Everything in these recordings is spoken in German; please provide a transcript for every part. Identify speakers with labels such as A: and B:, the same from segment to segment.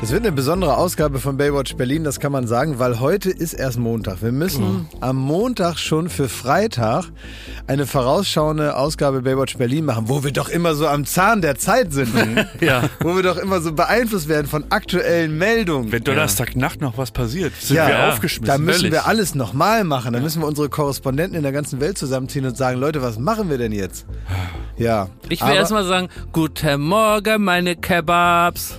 A: Es wird eine besondere Ausgabe von Baywatch Berlin, das kann man sagen, weil heute ist erst Montag. Wir müssen am Montag schon für Freitag eine vorausschauende Ausgabe Baywatch Berlin machen, wo wir doch immer so am Zahn der Zeit sind.
B: Ja.
A: Wo wir doch immer so beeinflusst werden von aktuellen Meldungen.
C: Wenn Donnerstagnacht noch was passiert, sind
A: Ja,
C: wir
A: ja.
C: aufgeschmissen.
A: Da müssen
B: völlig.
A: wir alles nochmal machen. Da müssen wir unsere Korrespondenten in der ganzen Welt zusammenziehen und sagen, Leute, was machen wir denn jetzt? Ja.
B: Ich will
A: aber-
B: erstmal sagen, guten Morgen, meine Kebabs.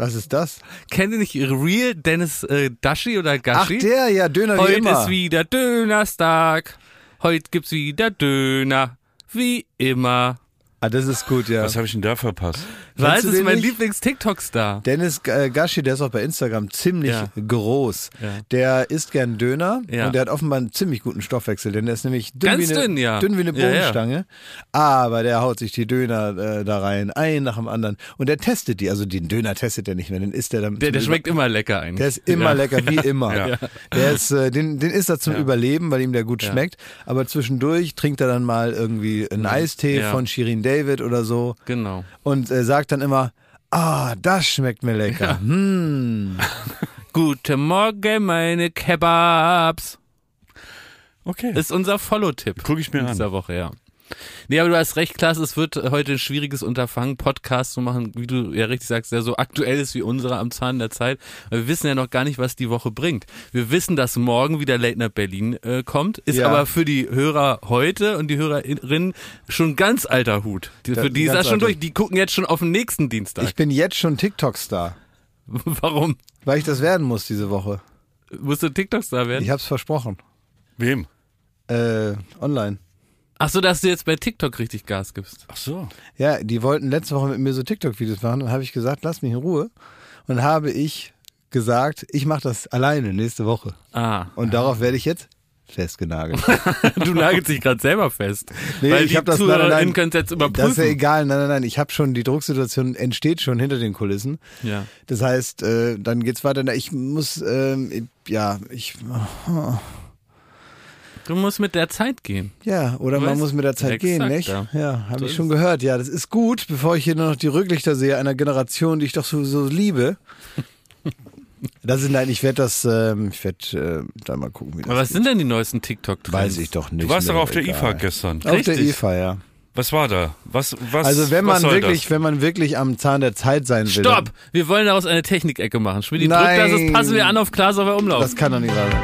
A: Was ist das?
B: Kennt ihr nicht Real Dennis äh, Dashi oder
A: Ach,
B: Gashi?
A: der, ja, Döner wie
B: Heute
A: immer.
B: ist wieder Dönerstag. Heute gibt's wieder Döner. Wie immer.
A: ah, das ist gut, ja.
C: Was habe ich denn da verpasst?
B: Weil
A: Kennst
B: es
A: du
B: ist
A: den
B: mein
A: nicht?
B: Lieblings-TikTok-Star.
A: Dennis äh, Gashi, der ist auch bei Instagram ziemlich
B: Ja.
A: groß.
B: Ja.
A: Der isst gern Döner
B: Ja.
A: und der hat offenbar einen ziemlich guten Stoffwechsel, denn der ist nämlich dünn,
B: Ganz
A: wie, eine,
B: dünn, ja.
A: dünn wie eine
B: Ja, ja.
A: Bohnenstange. Aber der haut sich die Döner äh, da rein, einen nach dem anderen. Und der testet die, also den Döner testet er nicht mehr, den isst er dann.
B: Der,
A: zum
B: der
A: Über-
B: schmeckt immer lecker eigentlich.
A: Der ist immer
B: ja.
A: lecker, wie immer.
C: Ja.
A: Der ist, äh, den, den isst er zum Überleben, weil ihm der gut schmeckt. Aber zwischendurch trinkt er dann mal irgendwie einen Eistee
B: Ja.
A: von Shirin David oder so
B: Genau.
A: und äh, sagt dann immer, ah, das schmeckt mir lecker. Hm.
B: Guten Morgen, meine Kebabs.
C: Okay.
B: Ist unser Follow-Tipp.
C: Guck ich mir
B: in
C: an.
B: dieser Woche, ja. Nee, aber du hast recht, Klaas, es wird heute ein schwieriges Unterfangen, Podcast zu machen, wie du ja richtig sagst, der so aktuell ist wie unserer am Zahn der Zeit. Weil wir wissen ja noch gar nicht, was die Woche bringt. Wir wissen, dass morgen wieder Late Night Berlin äh, kommt, ist
A: Ja.
B: aber für die Hörer heute und die Hörerinnen schon ganz alter Hut. Die,
A: Da-
B: für die ist
A: ganz
B: das schon
A: alter.
B: durch, die gucken jetzt schon auf den nächsten Dienstag.
A: Ich bin jetzt schon TikTok-Star,
B: Warum?
A: weil ich das werden muss diese Woche.
B: Musst du TikTok-Star werden?
A: Ich hab's versprochen.
C: Wem?
A: Äh, online.
B: Ach so, dass du jetzt bei TikTok richtig Gas gibst.
C: Ach so.
A: Ja, die wollten letzte Woche mit mir so TikTok-Videos machen und habe ich gesagt, lass mich in Ruhe. Und habe ich gesagt, ich mache das alleine nächste Woche.
B: Ah.
A: Und darauf werde ich jetzt festgenagelt.
B: Du nagelst dich gerade selber fest.
A: Nee,
B: weil
A: ich
B: die
A: hab das- nein, nein,
B: Zuhörerinnen
A: nein.
B: können es jetzt
A: Das ist ja
B: überprüfen.
A: egal, nein, nein, nein. Ich habe schon, die Drucksituation entsteht schon hinter den Kulissen.
B: Ja.
A: Das heißt, äh, dann geht's weiter. Na, Ich muss, ähm, ich- ja, ich,
B: Du musst mit der Zeit gehen.
A: ja, oder
B: Du
A: man
B: weißt,
A: muss mit der Zeit
B: exakt,
A: gehen, nicht?
B: ja.
A: Ja, habe
B: So
A: ich
B: ist
A: schon gehört. Ja, das ist gut, bevor ich hier nur noch die Rücklichter sehe einer Generation, die ich doch so, so liebe. Das ist, nein, ich werde das, ähm, ich werde äh, da mal gucken, wie das
B: Aber was sind denn die neuesten TikTok-Trends?
A: Weiß ich doch nicht.
C: Du warst
A: mehr,
C: doch auf der
A: egal.
C: IFA gestern.
A: Auf der
B: Richtig.
A: IFA, ja.
C: Was war da? Was, was,
A: Also wenn
C: was
A: man
C: soll
A: wirklich, wenn man wirklich am Zahn der Zeit sein will. dann-
B: Stopp! Wir wollen daraus eine Technikecke machen. Schmidt, drück
A: Nein.
B: das, das passen wir an auf Klaas auf der Umlauf.
A: Das kann doch nicht sein.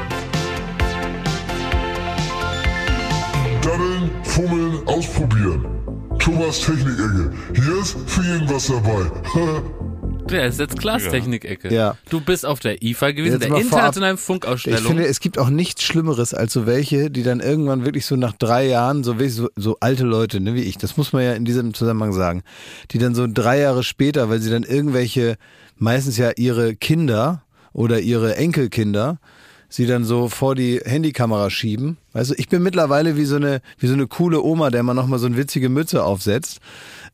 D: Daddeln, fummeln, ausprobieren. Thomas Technikecke. Hier ist für jeden was dabei.
B: der ist jetzt Klaas Technikecke.
A: Ja.
B: Du bist auf der IFA gewesen,
A: Jetzt
B: der
A: mal vorab.
B: internationalen
A: Ich
B: Funkausstellung.
A: finde, es gibt auch nichts Schlimmeres als so welche, die dann irgendwann wirklich so nach drei Jahren, so, wirklich so, so alte Leute, ne, wie ich, das muss man ja in diesem Zusammenhang sagen, die dann so drei Jahre später, weil sie dann irgendwelche, meistens ja ihre Kinder oder ihre Enkelkinder, sie dann so vor die Handykamera schieben. Weißt du, ich bin mittlerweile wie so eine, wie so eine coole Oma, der man nochmal so eine witzige Mütze aufsetzt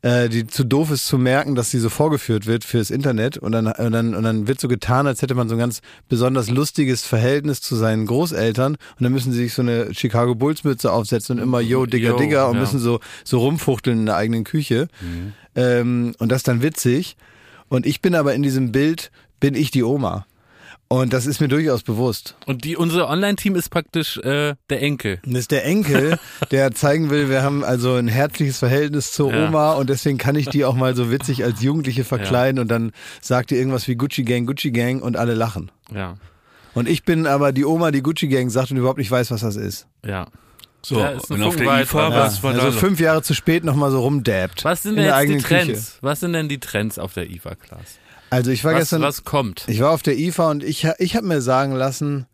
A: äh, die zu doof ist zu merken, dass sie so vorgeführt wird fürs Internet und dann, und dann, und dann wird so getan, als hätte man so ein ganz besonders lustiges Verhältnis zu seinen Großeltern und dann müssen sie sich so eine Chicago Bulls Mütze aufsetzen und immer yo, digger,
B: Yo,
A: digger und
B: ja.
A: müssen so, so rumfuchteln in der eigenen Küche. Ähm, und das ist dann witzig. Und ich bin aber in diesem Bild, bin ich die Oma. Und das ist mir durchaus bewusst.
B: Und die, unser Online-Team ist praktisch äh, der Enkel.
A: Das ist der Enkel, der zeigen will, wir haben also ein herzliches Verhältnis zur
B: Ja.
A: Oma und deswegen kann ich die auch mal so witzig als Jugendliche verkleiden und dann sagt die irgendwas wie Gucci Gang, Gucci Gang und alle lachen.
B: Ja.
A: Und ich bin aber die Oma, die Gucci Gang sagt und überhaupt nicht weiß, was das ist.
B: Ja.
C: So,
B: Da ist ein
C: und auf der
B: Funkweit
C: IFA,
B: dran.
C: was war
A: also
C: da?
A: fünf Jahre zu spät nochmal so rumdabbt.
B: Was sind
A: in
B: denn
A: der
B: jetzt
A: eigenen
B: die Trends?
A: Küche.
B: Was sind denn die Trends auf der IFA, Klaas?
A: Also ich war
B: Was,
A: gestern,
B: was kommt?
A: ich war auf der IFA und ich, ha- ich habe mir sagen lassen,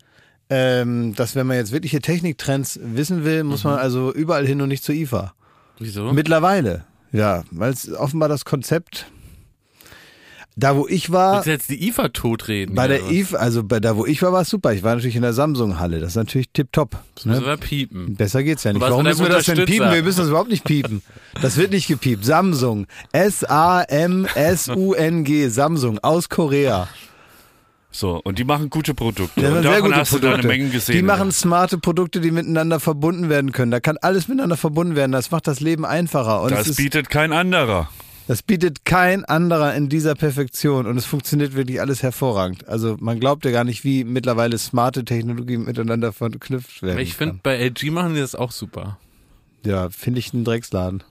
A: ähm, dass wenn man jetzt wirkliche Techniktrends wissen will, muss
B: Mhm.
A: man also überall hin und nicht zur IFA.
B: Wieso?
A: Mittlerweile, ja, weil es offenbar das Konzept, da wo ich war,
B: Willst du jetzt die IFA totreden?
A: bei der
B: oder was?
A: IFA, also bei, da wo ich war, war es super. Ich war natürlich in der Samsung-Halle, das ist natürlich tipptopp.
B: Müssen
A: Ne?
B: wir piepen.
A: Besser geht's ja nicht.
B: Was
A: Warum
B: mit
A: müssen wir
B: deinem
A: das denn piepen?
B: Unterstützer?
A: Wir müssen das überhaupt nicht piepen. Das wird nicht gepiept. Samsung. S-A-M-S-U-N-G. Samsung aus Korea.
C: So, und die machen gute Produkte.
A: Das
C: und
A: sind
C: davon
A: sehr gute
C: hast du da eine
A: Produkte.
C: Menge gesehen.
A: die machen smarte Produkte, die miteinander verbunden werden können. Da kann alles miteinander verbunden werden. Das macht das Leben einfacher. Und es
C: das
A: ist,
C: bietet kein anderer.
A: Das bietet kein anderer in dieser Perfektion und es funktioniert wirklich alles hervorragend. Also man glaubt ja gar nicht, wie mittlerweile smarte Technologien miteinander verknüpft werden.
B: Ich finde, bei LG machen die das auch super.
A: kann. ja, finde ich einen Drecksladen.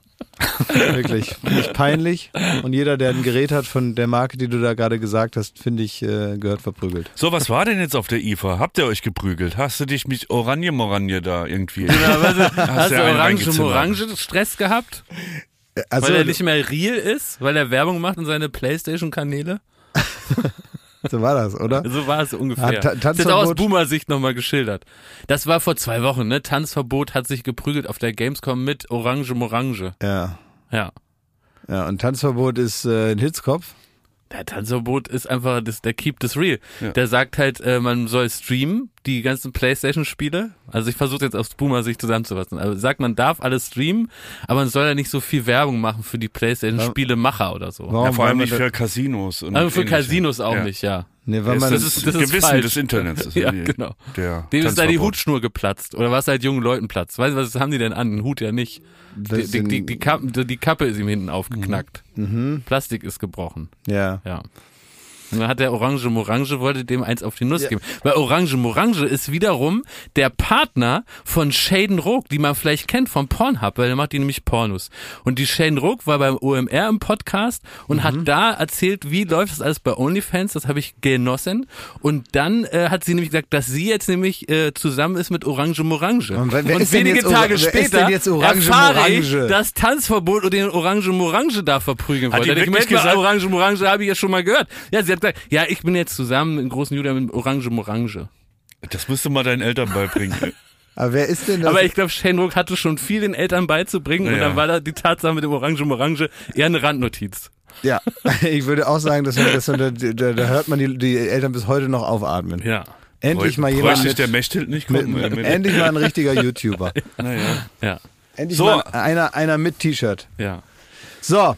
A: wirklich, finde ich peinlich. Und jeder, der ein Gerät hat von der Marke, die du da gerade gesagt hast, finde ich äh, gehört verprügelt.
C: So, was war denn jetzt auf der IFA? Habt ihr euch geprügelt? Hast du dich mit Oranje Moranje da irgendwie?
B: Hast du
C: einen
B: Orange
C: reingezimmert?
B: Orange Stress gehabt,
A: Also
B: weil er nicht mehr real ist, weil er Werbung macht in seine Playstation Kanäle?
A: so war das, oder?
B: So war es ungefähr.
A: Ah, Ta-
B: das ist jetzt auch aus
A: Tanzverbot.
B: Boomer-Sicht nochmal geschildert. Das war vor zwei Wochen, ne? Tanzverbot hat sich geprügelt auf der Gamescom mit Orange Morange.
A: Ja.
B: Ja.
A: Ja, und Tanzverbot ist äh, ein Hitzkopf.
B: Der Tanzverbot ist einfach, das, der keept es real. Der sagt halt, äh, man soll streamen, die ganzen Playstation-Spiele. Also ich versuche jetzt aus Boomer-Sicht zusammenzufassen. Also sagt, man darf alles streamen, aber man soll ja nicht so viel Werbung machen für die Playstation-Spielemacher oder so.
A: Warum
C: Ja, vor allem
A: wollen
C: nicht
A: wir
C: für Casinos. Und
B: Also für
C: ähnliches.
B: Casinos auch
C: Ja.
B: nicht, ja.
A: da- nee, weil man,
C: Das ist
B: das
C: das
B: ist
C: Gewissen
B: falsch.
C: des Internets. Das
B: Ja,
C: die-
B: genau.
C: Der
B: Dem ist da die
C: Tanzverbot.
B: Hutschnur geplatzt oder war es halt jungen Leuten platzt. Weißt du, was haben die denn an? Einen Hut ja nicht. Die,
A: das
B: die, die,
A: sind-
B: die, Kappe, die Kappe ist ihm hinten aufgeknackt.
C: Mhm.
B: Plastik ist gebrochen.
A: ja.
B: Ja. Und dann hat der Orange Morange, wollte dem eins auf die Nuss geben. Weil Orange Morange ist wiederum der Partner von Shaden Rogue, die man vielleicht kennt vom Pornhub, weil der macht die nämlich Pornos. Und die Shaden Rogue war beim OMR im Podcast und
A: Mhm.
B: hat da erzählt, wie läuft das alles bei OnlyFans, das habe ich genossen. Und dann äh, hat sie nämlich gesagt, dass sie jetzt nämlich äh, zusammen ist mit Orange Morange.
A: Und wer- wer
B: und
A: ist denn
B: wenige
A: jetzt Ora-
B: Tage
A: wer ist
B: später
A: denn jetzt Orange
B: erfahre
A: Morange?
B: ich, dass Tanzverbot und den Orange Morange da verprügeln
C: Hat
B: wollte.
C: die
B: Ich
C: wirklich
B: melde mal
C: gesagt?
B: Orange Morange habe ich ja schon mal gehört. Ja, sie hat gesagt, ja, ich bin jetzt zusammen im großen Judah mit Orange Morange.
C: Das musst du mal deinen Eltern beibringen.
A: Aber wer ist denn das?
B: Aber ich glaube, Shenrock hatte schon viel den Eltern beizubringen und
C: Ja.
B: dann war da die Tatsache mit dem Orange Morange eher eine Randnotiz.
A: ja, ich würde auch sagen, dass man, dass man, da, da, da hört man die, die Eltern bis heute noch aufatmen.
B: Ja.
A: Endlich mal jemand
C: Bräuchte ich
A: mit,
C: der Mechthild nicht
A: mit,
B: um,
C: kommen. ey, mit-
A: endlich mal ein richtiger YouTuber.
C: naja.
B: Ja.
A: Endlich
C: So.
A: mal einer, einer mit T-Shirt.
B: Ja.
A: So.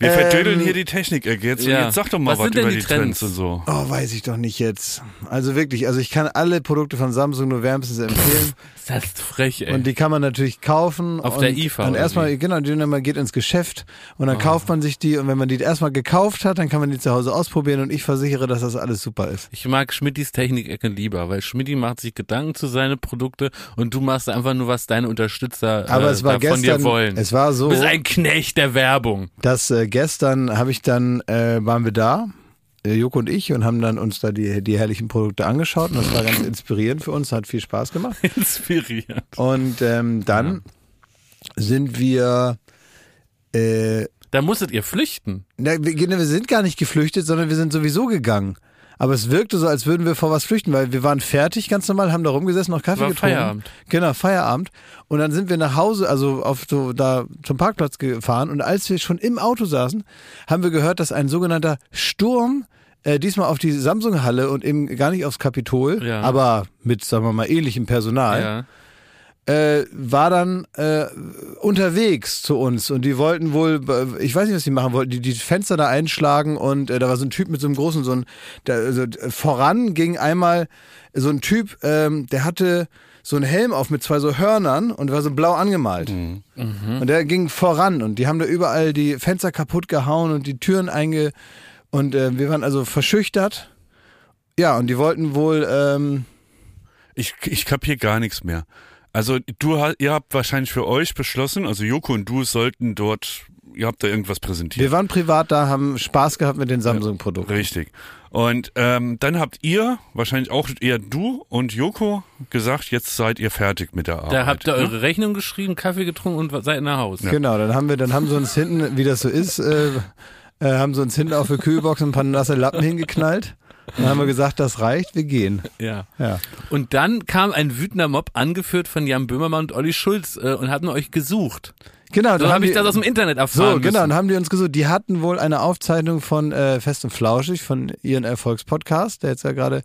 C: Wir
A: Ähm,
C: verdödeln hier die Technik, ey, jetzt.
B: ja.
C: Jetzt sag doch mal was,
B: Was sind denn
C: über
B: die
C: die Trends?
B: Trends?
C: und so.
A: Oh, weiß ich doch nicht jetzt. Also wirklich, also ich kann alle Produkte von Samsung nur wärmstens empfehlen.
B: Ist Das ist frech, ey.
A: Und die kann man natürlich kaufen.
B: Auf
A: und,
B: der IFA
A: Und
B: oder Oh.
A: erstmal, genau, die nimmt man geht ins Geschäft und dann kauft man sich die. Und wenn man die erstmal gekauft hat, dann kann man die zu Hause ausprobieren und ich versichere, dass das alles super ist.
B: ich mag Schmittis Technik-Ecke lieber, weil Schmitti macht sich Gedanken zu seinen Produkten und du machst einfach nur, was deine Unterstützer
A: Aber
B: äh,
A: es war
B: da von
A: gestern,
B: dir wollen.
A: es war so,
B: du bist ein Knecht der Werbung.
A: dass äh, gestern habe ich dann, äh, waren wir da, äh, Joko und ich, und haben dann uns da die, die herrlichen Produkte angeschaut und das war ganz inspirierend für uns, hat viel Spaß gemacht.
B: Inspiriert.
A: Und ähm, dann sind wir, äh,
B: Da musstet ihr flüchten.
A: Na, wir, genau, wir sind gar nicht geflüchtet, sondern wir sind sowieso gegangen. Aber es wirkte so, als würden wir vor was flüchten, weil wir waren fertig, ganz normal, haben da rumgesessen, noch Kaffee
B: War
A: getrunken.
B: Feierabend.
A: Genau, Feierabend. Und dann sind wir nach Hause, also auf so, da zum Parkplatz gefahren. Und als wir schon im Auto saßen, haben wir gehört, dass ein sogenannter Sturm äh, diesmal auf die Samsung-Halle und eben gar nicht aufs Kapitol,
B: Ja.
A: aber mit, sagen wir mal, ähnlichem Personal, äh, war dann äh, unterwegs zu uns und die wollten wohl, äh, ich weiß nicht, was die machen wollten, die, die Fenster da einschlagen und äh, da war so ein Typ mit so einem großen, so ein, der, also, äh, voran ging einmal so ein Typ, ähm, der hatte so einen Helm auf mit zwei so Hörnern und war so blau angemalt. Und der ging voran und die haben da überall die Fenster kaputt gehauen und die Türen einge... Und äh, wir waren also verschüchtert. Ja, und die wollten wohl... Ähm,
C: Ich, ich kapier gar nichts mehr. Also du, ha- ihr habt wahrscheinlich für euch beschlossen, also Joko und du sollten dort, ihr habt da irgendwas präsentiert.
A: wir waren privat da, haben Spaß gehabt mit den Samsung-Produkten.
C: Richtig. Und ähm, dann habt ihr, wahrscheinlich auch eher du und Joko, gesagt, jetzt seid ihr fertig mit der Arbeit. ne?
B: Da habt ihr
A: ne?
B: eure Rechnung geschrieben, Kaffee getrunken und seid nach Hause.
A: Genau, dann haben wir, dann haben sie uns hinten, wie das so ist, äh, äh, haben sie uns hinten auf der Kühlbox ein paar nasse Lappen hingeknallt. Dann haben wir gesagt, das reicht, wir gehen.
B: Ja.
A: Ja.
B: Und dann kam ein wütender Mob, angeführt von Jan Böhmermann und Olli Schulz, äh, und hatten euch gesucht.
A: Genau,
B: So
A: dann haben
B: habe ich
A: die-
B: das aus dem Internet
A: so,
B: erfahren.
A: genau,
B: müssen.
A: dann haben die uns gesucht. Die hatten wohl eine Aufzeichnung von äh, Fest und Flauschig, von ihren Erfolgspodcast, der jetzt ja gerade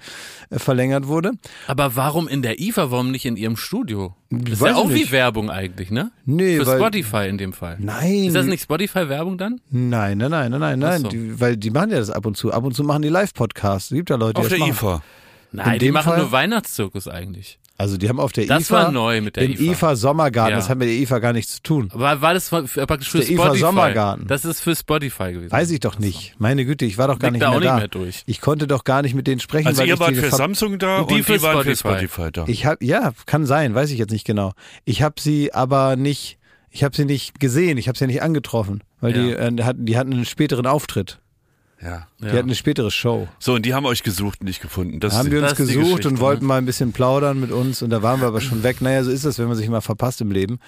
A: äh, verlängert wurde.
B: Aber warum in der IFA, warum nicht in ihrem Studio? Ist
A: weiß
B: ja auch
A: ich
B: wie
A: nicht.
B: Werbung eigentlich, ne?
A: Nee,
B: Für
A: weil-
B: Spotify in dem Fall.
A: Nein.
B: Ist das nicht Spotify-Werbung dann?
A: Nein, nein, nein, nein, nein, nein.
B: so.
A: Die, weil die machen ja das ab und zu. Ab und zu machen die Live-Podcasts. Es gibt ja Leute,
C: Auf
A: die
C: der
A: das machen.
C: IFA.
B: Nein, die
A: dem
B: machen
A: Fall-
B: nur Weihnachtszirkus eigentlich.
A: Also die haben auf der
B: Das
A: IFA,
B: war neu mit der
A: dem
B: IFA.
A: Sommergarten,
B: Ja.
A: das hat mit der IFA gar nichts zu tun.
B: War, war das für, für, praktisch für
A: Der Eva
B: Spotify?
A: Sommergarten.
B: Das ist für Spotify gewesen.
A: Weiß ich doch nicht. Meine Güte, ich war doch gar
B: Liegt
A: nicht mehr
B: da auch
A: da.
B: nicht mehr durch.
A: Ich konnte doch gar nicht mit denen sprechen,
C: Also
A: weil
C: ihr
A: ich
C: wart
A: die
C: für
A: ver-
C: Samsung da und
B: Und die
C: die,
B: für
C: waren für
B: Spotify.
C: Spotify da.
A: Ich habe ja, kann sein, weiß ich jetzt nicht genau. Ich habe sie aber nicht, ich habe sie nicht gesehen, ich habe sie nicht angetroffen, weil
B: Ja.
A: die äh, hatten, die hatten einen späteren Auftritt,
C: ja.
A: die hatten eine spätere Show.
C: So, und die haben euch gesucht und nicht gefunden. Das
A: Da haben die uns
B: das ist die
A: gesucht
B: Geschichte,
A: und
B: ne?
A: wollten mal ein bisschen plaudern mit uns und da waren wir aber schon weg. Naja, so ist das, wenn man sich mal verpasst im Leben.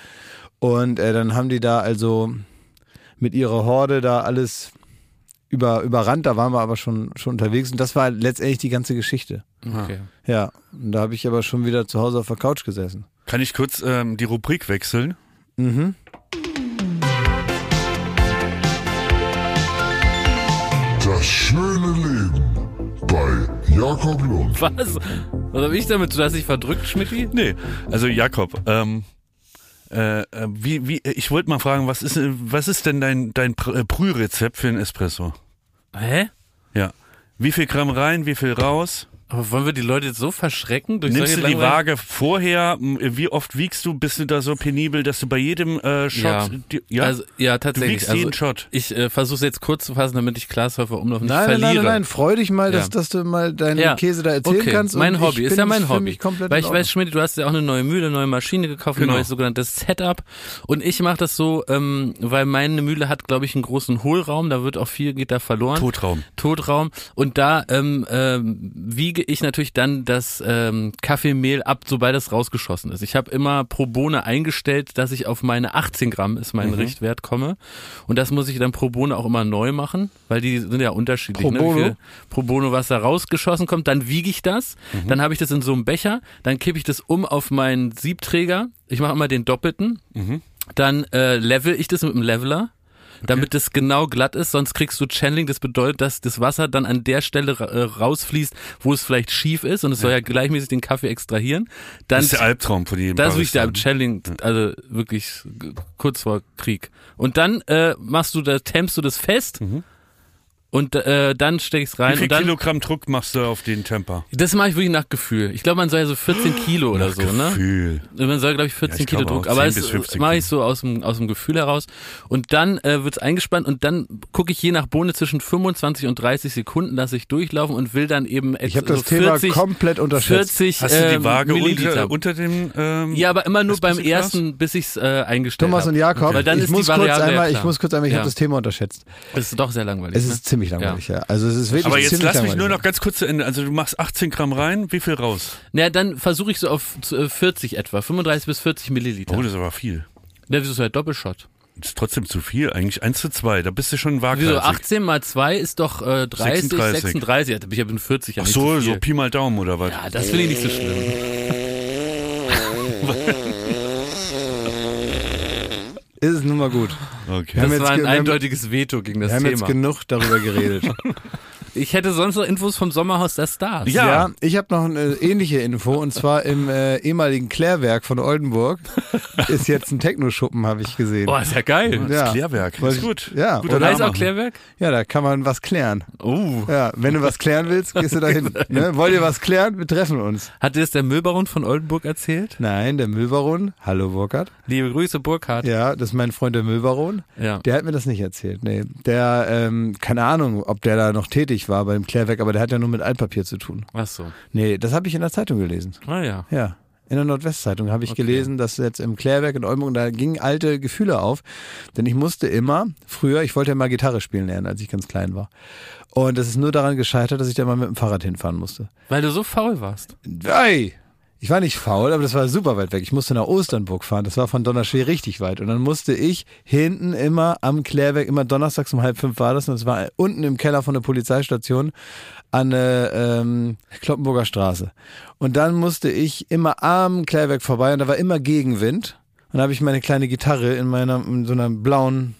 A: Und äh, dann haben die da also mit ihrer Horde da alles über, überrannt, da waren wir aber schon, schon unterwegs und das war letztendlich die ganze Geschichte.
B: Okay.
A: Ja, und da habe ich aber schon wieder zu Hause auf der Couch gesessen.
C: Kann ich kurz ähm, die Rubrik wechseln?
D: Das schöne Leben bei Jakob Lund.
B: Was? Was habe ich damit? Du hast dich verdrückt, Schmidti?
C: Nee, also Jakob, ähm, äh, äh, wie, wie, ich wollte mal fragen, was ist, äh, was ist denn dein, dein Pr- äh, Brührezept für einen Espresso?
B: Hä?
C: Ja. Wie viel Gramm rein, wie viel raus?
B: Aber wollen wir die Leute jetzt so verschrecken? Durch
C: Nimmst du
B: solche
C: die
B: langweiligen-
C: Waage vorher? M, Wie oft wiegst du? Bist du da so penibel, dass du bei jedem
B: Ja.
C: äh, Shot... die- ja?
B: Also, ja, tatsächlich.
C: wiegst
B: also,
C: jeden Shot.
B: Ich äh, versuche es jetzt kurz zu fassen, damit ich Glashäufer Umlauf nicht
A: Nein, nein,
B: verliere.
A: nein, nein, nein, freu dich mal,
B: Ja.
A: dass, dass du mal deinen
B: Ja.
A: Käse da erzählen
B: okay.
A: kannst. und
B: Mein
A: ich
B: Hobby ist
A: bin
B: ja mein
A: für
B: Hobby.
A: Mich komplett
B: Weil
A: in
B: ich
A: Ordnung.
B: weiß, Schmidt, du hast ja auch eine neue Mühle, eine neue Maschine gekauft,
C: Genau.
B: ein neues sogenanntes Setup. Und ich mache das so, ähm, weil meine Mühle hat, glaube ich, einen großen Hohlraum. Da wird auch viel geht da verloren.
C: Totraum.
B: Totraum. Und da ähm, ähm, wiege ich natürlich dann das ähm, Kaffeemehl ab, sobald es rausgeschossen ist. Ich habe immer pro Bohne eingestellt, dass ich auf meine 18 Gramm ist
A: Mhm.
B: mein Richtwert komme. Und das muss ich dann pro Bohne auch immer neu machen, weil die sind ja unterschiedlich.
A: Pro
B: ne? Wie
A: Bono?
B: viel Pro Bono, was da rausgeschossen kommt, dann wiege ich das,
A: Mhm.
B: dann habe ich das in so einem Becher, dann kippe ich das um auf meinen Siebträger. Ich mache immer den doppelten. Dann äh, level ich das mit dem Leveler damit es genau glatt ist, sonst kriegst du Channeling, das bedeutet, dass das Wasser dann an der Stelle ra- äh, rausfließt, wo es vielleicht schief ist und es soll ja gleichmäßig den Kaffee extrahieren. Dann
C: Das ist der Albtraum von jedem
B: da suche ich da im
C: Barista.
B: Channeling, also wirklich g- kurz vor Krieg. Und dann äh, machst du da, tempst du das fest und äh, dann steck ich's
C: Mhm. Wie
B: rein
C: viel
B: und dann
C: Kilogramm Druck machst du auf den Temper?
B: das mache ich wirklich nach Gefühl. Ich glaube, man soll ja so 14 Kilo oder so, ne?
C: Ah, Gefühl.
B: Man soll, glaube ich, 14
C: Ja, ich
B: Kilo
C: glaube auch,
B: Druck, aber
C: 10
B: das
C: bis 15
B: mache ich so aus dem, aus dem Gefühl heraus. Und dann äh, wird's eingespannt und dann gucke ich je nach Bohne zwischen 25 und 30 Sekunden, lasse ich durchlaufen und will dann eben
A: Ich habe das Thema komplett unterschätzt.
B: 40
C: Hast du
B: ähm,
C: die Waage
B: Milliliter.
C: unter, unter dem... Ähm,
B: ja, aber immer nur
C: das
B: beim
C: bisschen Glas?
B: ersten, bis ich's äh, eingestellt
A: Thomas und
B: habe.
A: Jakob,
B: Weil dann
A: ich,
B: ist die
A: muss kurz
B: Variable ja
A: einmal, ich
B: klar.
A: muss kurz einmal, ich
B: Ja.
A: habe das Thema unterschätzt.
B: Das ist doch sehr langweilig.
A: Es
B: ne?
A: ist ziemlich langweilig, ja. Also es ist wirklich
C: Aber jetzt
A: ziemlich
C: lass mich
A: langweilig.
C: nur noch ganz kurz zu Ende. Also du machst 18 Gramm rein, wie viel raus?
B: Na, dann versuche ich so auf zu, äh, 40 etwa, 35 bis 40 Milliliter.
C: Oh, das ist aber viel.
B: Na, wieso ist halt Doppelshot?
C: Das ist trotzdem zu viel, eigentlich 1 zu 2. Da bist du schon
B: Wieso?
C: waghalsig.
B: 18 mal 2 ist doch äh, 30,
C: 36.
B: 36. Ich bin 40, ja
C: Ach
B: nicht
C: so,
B: viel.
C: so Pi mal Daumen oder was?
B: Ja, das finde ich nicht so schlimm.
A: Ist es nun mal gut.
C: Okay.
A: Ja.
B: Das
A: jetzt ge-
B: war ein
A: wir haben-
B: eindeutiges Veto gegen
A: Wir
B: das
A: haben jetzt
B: Thema.
A: genug darüber geredet.
B: Ich hätte sonst noch Infos vom Sommerhaus der Stars.
C: Ja.
A: ich habe noch eine ähnliche Info und zwar im äh, ehemaligen Klärwerk von Oldenburg ist jetzt ein Techno-Schuppen, habe ich gesehen.
C: Oh.
B: Boah, ist ja geil.
C: Das
A: ja.
C: Klärwerk.
A: Weil-
C: ist gut.
A: ja,
C: Guter
A: oder?
B: Heißt
C: Name.
B: auch Klärwerk?
A: Ja, da kann man was klären.
B: Oh.
A: Ja, wenn du was klären willst, gehst du dahin. Ne? Wollt ihr was klären? Wir treffen uns.
B: Hat dir das der Müllbaron von Oldenburg erzählt?
A: Nein, der Müllbaron, hallo Burkhard.
B: Liebe Grüße, Burkhard.
A: Ja, das ist mein Freund der Müllbaron.
B: Ja.
A: Der hat mir das nicht erzählt. Nee, der, ähm, keine Ahnung, ob der da noch tätig war beim Klärwerk, aber der hat ja nur mit Altpapier zu tun.
B: Ach so.
A: Nee, das habe ich in der Zeitung gelesen.
B: Ah ja.
A: Ja. In der Nordwestzeitung habe ich gelesen, dass jetzt im Klärwerk in Oldenburg, da gingen alte Gefühle auf. Denn ich musste immer, früher, ich wollte ja mal Gitarre spielen lernen, als ich ganz klein war. Und das ist nur daran gescheitert, dass ich da mal mit dem Fahrrad hinfahren musste.
B: Weil du so faul warst.
A: Ey! Ich war nicht faul, aber das war super weit weg. Ich musste nach Osternburg fahren. Das war von Donnerschee richtig weit. Und dann musste ich hinten immer am Klärwerk, immer donnerstags um halb fünf war das. Und das war unten im Keller von der Polizeistation an der ähm, Kloppenburger Straße. Und dann musste ich immer am Klärwerk vorbei und da war immer Gegenwind. Und da habe ich meine kleine Gitarre in meiner, in so einer blauen,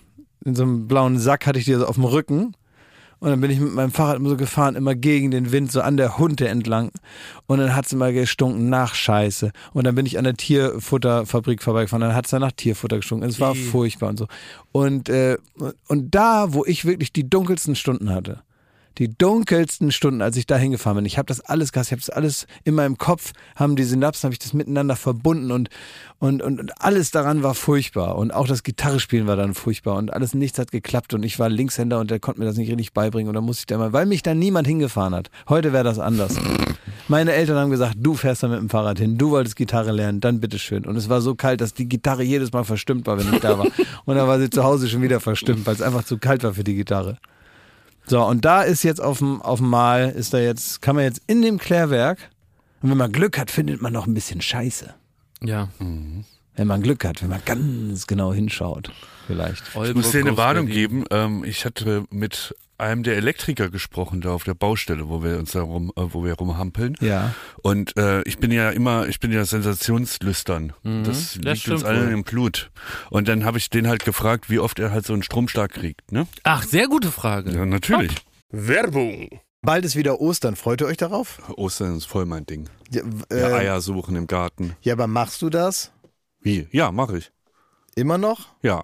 A: in so einem blauen Sack hatte ich die so auf dem Rücken. Und dann bin ich mit meinem Fahrrad immer so gefahren, immer gegen den Wind, so an der Hunte entlang. Und dann hat's immer gestunken nach Scheiße. Und dann bin ich an der Tierfutterfabrik vorbeigefahren, dann hat's dann nach Tierfutter gestunken. Es war furchtbar und so. Und, äh, und da, wo ich wirklich die dunkelsten Stunden hatte, die dunkelsten Stunden, als ich da hingefahren bin. Ich habe das alles gehasst, ich habe das alles in meinem Kopf, haben die Synapsen, habe ich das miteinander verbunden und, und, und, und alles daran war furchtbar. Und auch das Gitarrespielen war dann furchtbar und alles nichts hat geklappt und ich war Linkshänder und der konnte mir das nicht richtig beibringen und dann musste ich da mal, weil mich dann niemand hingefahren hat. Heute wäre das anders. Meine Eltern haben gesagt, du fährst da mit dem Fahrrad hin, du wolltest Gitarre lernen, dann bitteschön. Und es war so kalt, dass die Gitarre jedes Mal verstimmt war, wenn ich da war. Und dann war sie zu Hause schon wieder verstimmt, weil es einfach zu kalt war für die Gitarre. So, und da ist jetzt auf dem, auf dem Mal, ist da jetzt, kann man jetzt in dem Klärwerk, und wenn man Glück hat, findet man noch ein bisschen Scheiße.
B: Ja.
A: Wenn man Glück hat, wenn man ganz genau hinschaut, vielleicht.
C: Ich muss dir eine Warnung geben. Ähm, ich hatte mit einem der Elektriker gesprochen, da auf der Baustelle, wo wir uns da rum, äh, wo wir rumhampeln.
A: Ja.
C: Und äh, ich bin ja immer, ich bin ja sensationslüstern. Mhm. Das liegt uns
B: stimmt
C: allen
B: wohl.
C: im Blut. Und dann habe ich den halt gefragt, wie oft er halt so einen Stromschlag kriegt. Ne?
B: Ach, sehr gute Frage.
C: Ja, natürlich.
E: Werbung.
F: Bald ist wieder Ostern. Freut ihr euch darauf?
C: Ostern ist voll mein Ding.
F: Ja, w-
C: Ja,
B: Ähm.
F: äh,
C: Eier suchen im Garten.
F: ja, aber machst du das
C: Wie? Ja, mache ich.
F: immer noch?
C: Ja.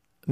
B: Ich
F: Mhm.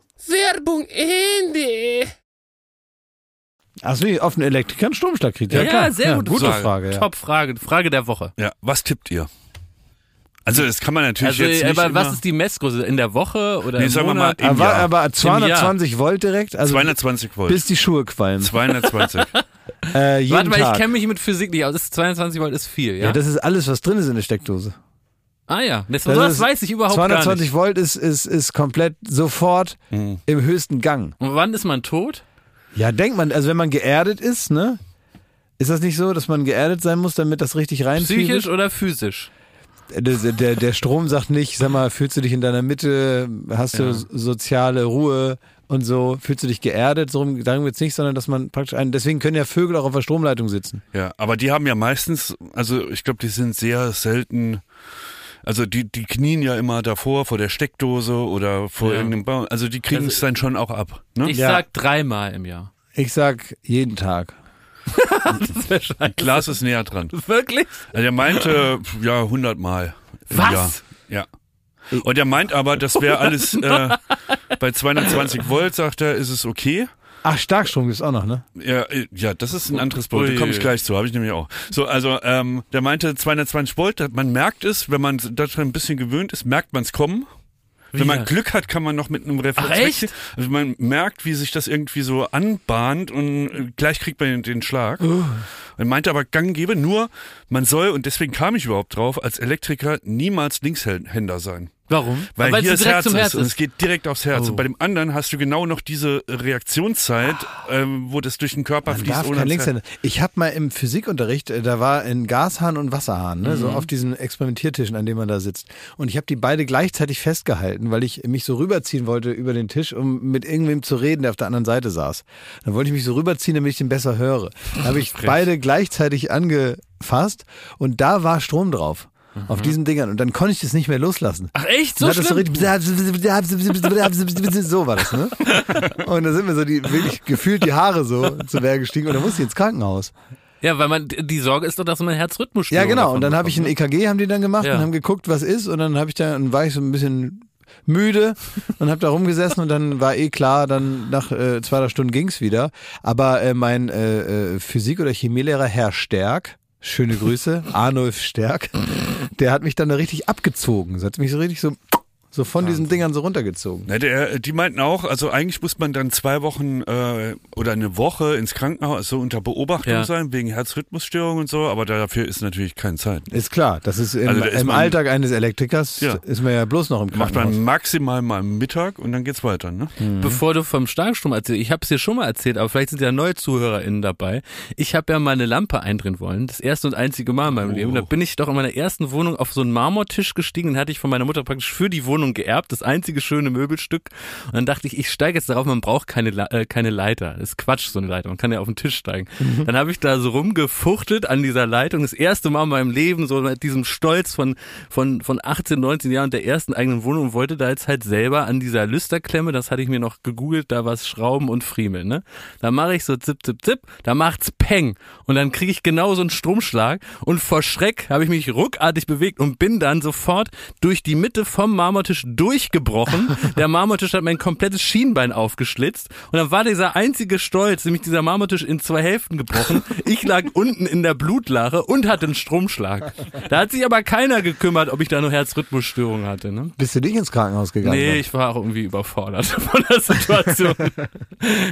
E: Werbung Ende.
A: Hast du nicht auf den Elektriker einen Stromschlag kriegt?
B: Ja, sehr gute
C: Frage.
A: Frage. ja.
B: Top-Frage, Frage der Woche.
C: Ja, was tippt ihr? Also das kann man natürlich
B: Also,
C: jetzt nicht
B: aber
C: immer,
B: was ist die Messgröße? In der Woche oder
C: Nee,
B: im
C: sagen wir mal,
B: Monat?
C: im
A: Aber,
C: Jahr.
A: aber 220 Volt direkt, also
C: 220 Volt.
A: bis die Schuhe qualmen.
C: 220.
A: Äh, jeden
B: Warte mal,
A: Tag.
B: ich kenne mich mit Physik nicht aus. Ist 22 Volt ist viel, ja?
A: ja, das ist alles, was drin ist in der Steckdose.
B: ah ja, das, sowas
A: ist-
B: weiß ich überhaupt gar
A: 220
B: nicht.
A: Volt ist, ist, ist komplett sofort im höchsten Gang.
B: Und wann ist man tot?
A: Mhm. Ja, denkt man, also wenn man geerdet ist, ne? Ist das nicht so, dass man geerdet sein muss, damit das richtig
B: Psychisch
A: reinfliegt?
B: oder physisch?
A: Der, der, der Strom sagt nicht, sag mal, fühlst du dich in deiner Mitte, hast du so- soziale Ruhe und so, fühlst du dich geerdet, so rum, darum geht's nicht, sondern dass man praktisch einen, deswegen können ja Vögel auch auf der Stromleitung sitzen.
C: ja, aber die haben ja meistens, also ich glaube, die sind sehr selten. Also die, die knien ja immer davor vor der Steckdose oder vor
B: Ja.
C: irgendeinem Baum. Also die kriegen es
B: Also-
C: dann schon auch ab. Ne?
B: Ich
A: Ja.
B: sag dreimal im Jahr.
A: Ich sag jeden Tag.
C: Glas ist näher dran.
B: Wirklich?
C: Also er meinte, ja, 100 Mal. im
B: Was?
C: Jahr. Ja. Und er meint aber, das wäre alles äh, bei 220 Volt, sagt er, ist es okay.
A: Ach, Starkstrom gibt's auch noch, ne?
C: Ja, äh, ja, das ist ein anderes Problem. Da komme ich
B: Ui.
C: gleich zu, habe ich nämlich auch. So, also ähm, der meinte 220 Volt, man merkt es, wenn man daran ein bisschen gewöhnt ist, merkt man es kommen. Wenn man
B: das?
C: Glück hat, kann man noch mit einem Reflex
B: Ach, echt?
C: wechseln. Also man merkt, wie sich das irgendwie so anbahnt und äh, gleich kriegt man den, den Schlag. Er meinte aber ganggebe, nur man soll, und deswegen kam ich überhaupt drauf, als Elektriker niemals Linkshänder sein.
B: Warum?
C: Weil
B: Weil's
C: hier das
B: direkt
C: Herz,
B: zum Herz
C: ist und
B: ist.
C: es geht direkt aufs Herz. Und bei dem anderen hast du genau noch diese Reaktionszeit, ähm, wo das durch den Körper
A: Man
C: fließt.
A: darf
C: ohne
A: kein
C: ans
A: Linkshänder. Ich habe mal im Physikunterricht, äh, da war ein Gashahn und Wasserhahn, ne? so auf diesen Experimentiertischen, an dem man da sitzt. Und ich habe die beide gleichzeitig festgehalten, weil ich mich so rüberziehen wollte über den Tisch, um mit irgendwem zu reden, der auf der anderen Seite saß. Dann wollte ich mich so rüberziehen, damit ich den besser höre. Da habe ich beide gleichzeitig angefasst und da war Strom drauf. Auf diesen Dingern. Und dann konnte ich das nicht mehr loslassen.
B: Ach echt? So
A: Dann hat das so,
B: schlimm?
A: richtig, so war das, ne? Und da sind mir so die, wirklich gefühlt die Haare so zu Berge gestiegen und dann musste ich ins Krankenhaus.
B: Ja, weil man die Sorge ist doch, dass man Herzrhythmus
A: Ja, genau. Und dann habe ich ein EKG, haben die dann gemacht
B: Ja.
A: und haben geguckt, was ist. Und dann habe ich da, und war ich so ein bisschen müde und habe da rumgesessen und dann war eh klar, dann nach äh, zwei, drei Stunden ging's wieder. Aber äh, mein äh, äh, Physik- oder Chemielehrer Herr Stärk, schöne Grüße, Arnulf Stärk, der hat mich dann da richtig abgezogen. So hat mich so richtig so, so von diesen Dingern so runtergezogen.
C: Na, der, die meinten auch, also eigentlich muss man dann zwei Wochen äh, oder eine Woche ins Krankenhaus so unter Beobachtung
B: Ja.
C: sein, wegen Herzrhythmusstörung und so, aber dafür ist natürlich keine Zeit.
A: Ist klar, das ist im,
C: Also da ist
A: im
C: man-
A: Alltag eines Elektrikers
C: Ja.
A: ist man ja bloß noch im
C: Macht
A: Krankenhaus.
C: man maximal mal am Mittag und dann geht's weiter, ne?
B: Bevor du vom Starkstrom erzählst, ich habe es dir schon mal erzählt, aber vielleicht sind ja neue ZuhörerInnen dabei. Ich habe ja mal eine Lampe eindrehen wollen, das erste und einzige Mal in meinem Leben. Da bin ich doch in meiner ersten Wohnung auf so einen Marmortisch gestiegen, den hatte ich von meiner Mutter praktisch für die Wohnung geerbt, das einzige schöne Möbelstück. Und dann dachte ich, ich steige jetzt darauf, man braucht keine, Le- äh, keine Leiter. Das ist Quatsch, so eine Leiter, man kann ja auf den Tisch steigen. Dann habe ich da so rumgefuchtelt an dieser Leitung, das erste Mal in meinem Leben, so mit diesem Stolz von, von, von 18, 19 Jahren und der ersten eigenen Wohnung und wollte da jetzt halt selber an dieser Lüsterklemme, das hatte ich mir noch gegoogelt, da was Schrauben und Friemeln, ne? Da mache ich so zip, zip, zip, da macht's Peng und dann kriege ich genau so einen Stromschlag und vor Schreck habe ich mich ruckartig bewegt und bin dann sofort durch die Mitte vom Marmortisch durchgebrochen. Der Marmortisch hat mein komplettes Schienbein aufgeschlitzt und dann war dieser einzige Stolz, nämlich dieser Marmortisch in zwei Hälften gebrochen. Ich lag unten in der Blutlache und hatte einen Stromschlag. Da hat sich aber keiner gekümmert, ob ich da nur Herzrhythmusstörung hatte, ne?
A: Bist du nicht ins Krankenhaus gegangen?
B: Nee, ich war auch irgendwie überfordert von der Situation.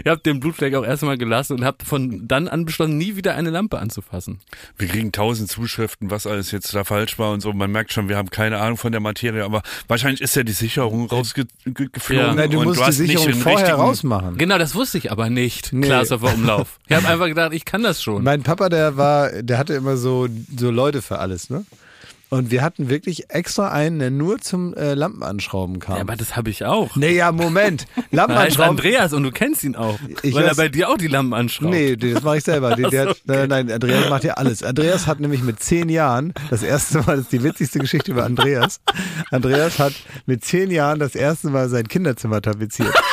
B: ich habe den Blutfleck auch erstmal gelassen und habe von dann an beschlossen, nie wieder eine Lampe anzufassen.
C: Wir kriegen tausend Zuschriften, was alles jetzt da falsch war und so. Man merkt schon, wir haben keine Ahnung von der Materie, aber wahrscheinlich ist ja die Sicherung rausgeflogen.
B: Ja.
A: Nein, du
C: und
A: musst
C: du
A: die
C: hast nicht
A: Sicherung
C: den
A: vorher
C: richtigen-
A: rausmachen.
B: Genau, das wusste ich aber nicht,
A: Nee.
B: Klaas auf der Umlauf. Ich habe einfach gedacht, ich kann das schon.
A: Mein Papa, der war, der hatte immer so, so Leute für alles, ne? Und wir hatten wirklich extra einen, der nur zum äh, Lampenanschrauben kam.
B: Ja, aber das habe ich auch.
A: naja, Moment.
B: Da heißt
A: Lampenanschrauben.
B: Andreas und du kennst ihn auch,
A: Ich
B: weil er
A: weiß-
B: bei dir auch die Lampen anschraubt.
A: Nee, das mache ich selber. Die, die hat, nein, nein, Andreas macht ja alles. Andreas hat nämlich mit zehn Jahren, das erste Mal, das ist die witzigste Geschichte über Andreas. Andreas hat mit zehn Jahren das erste Mal sein Kinderzimmer tapeziert.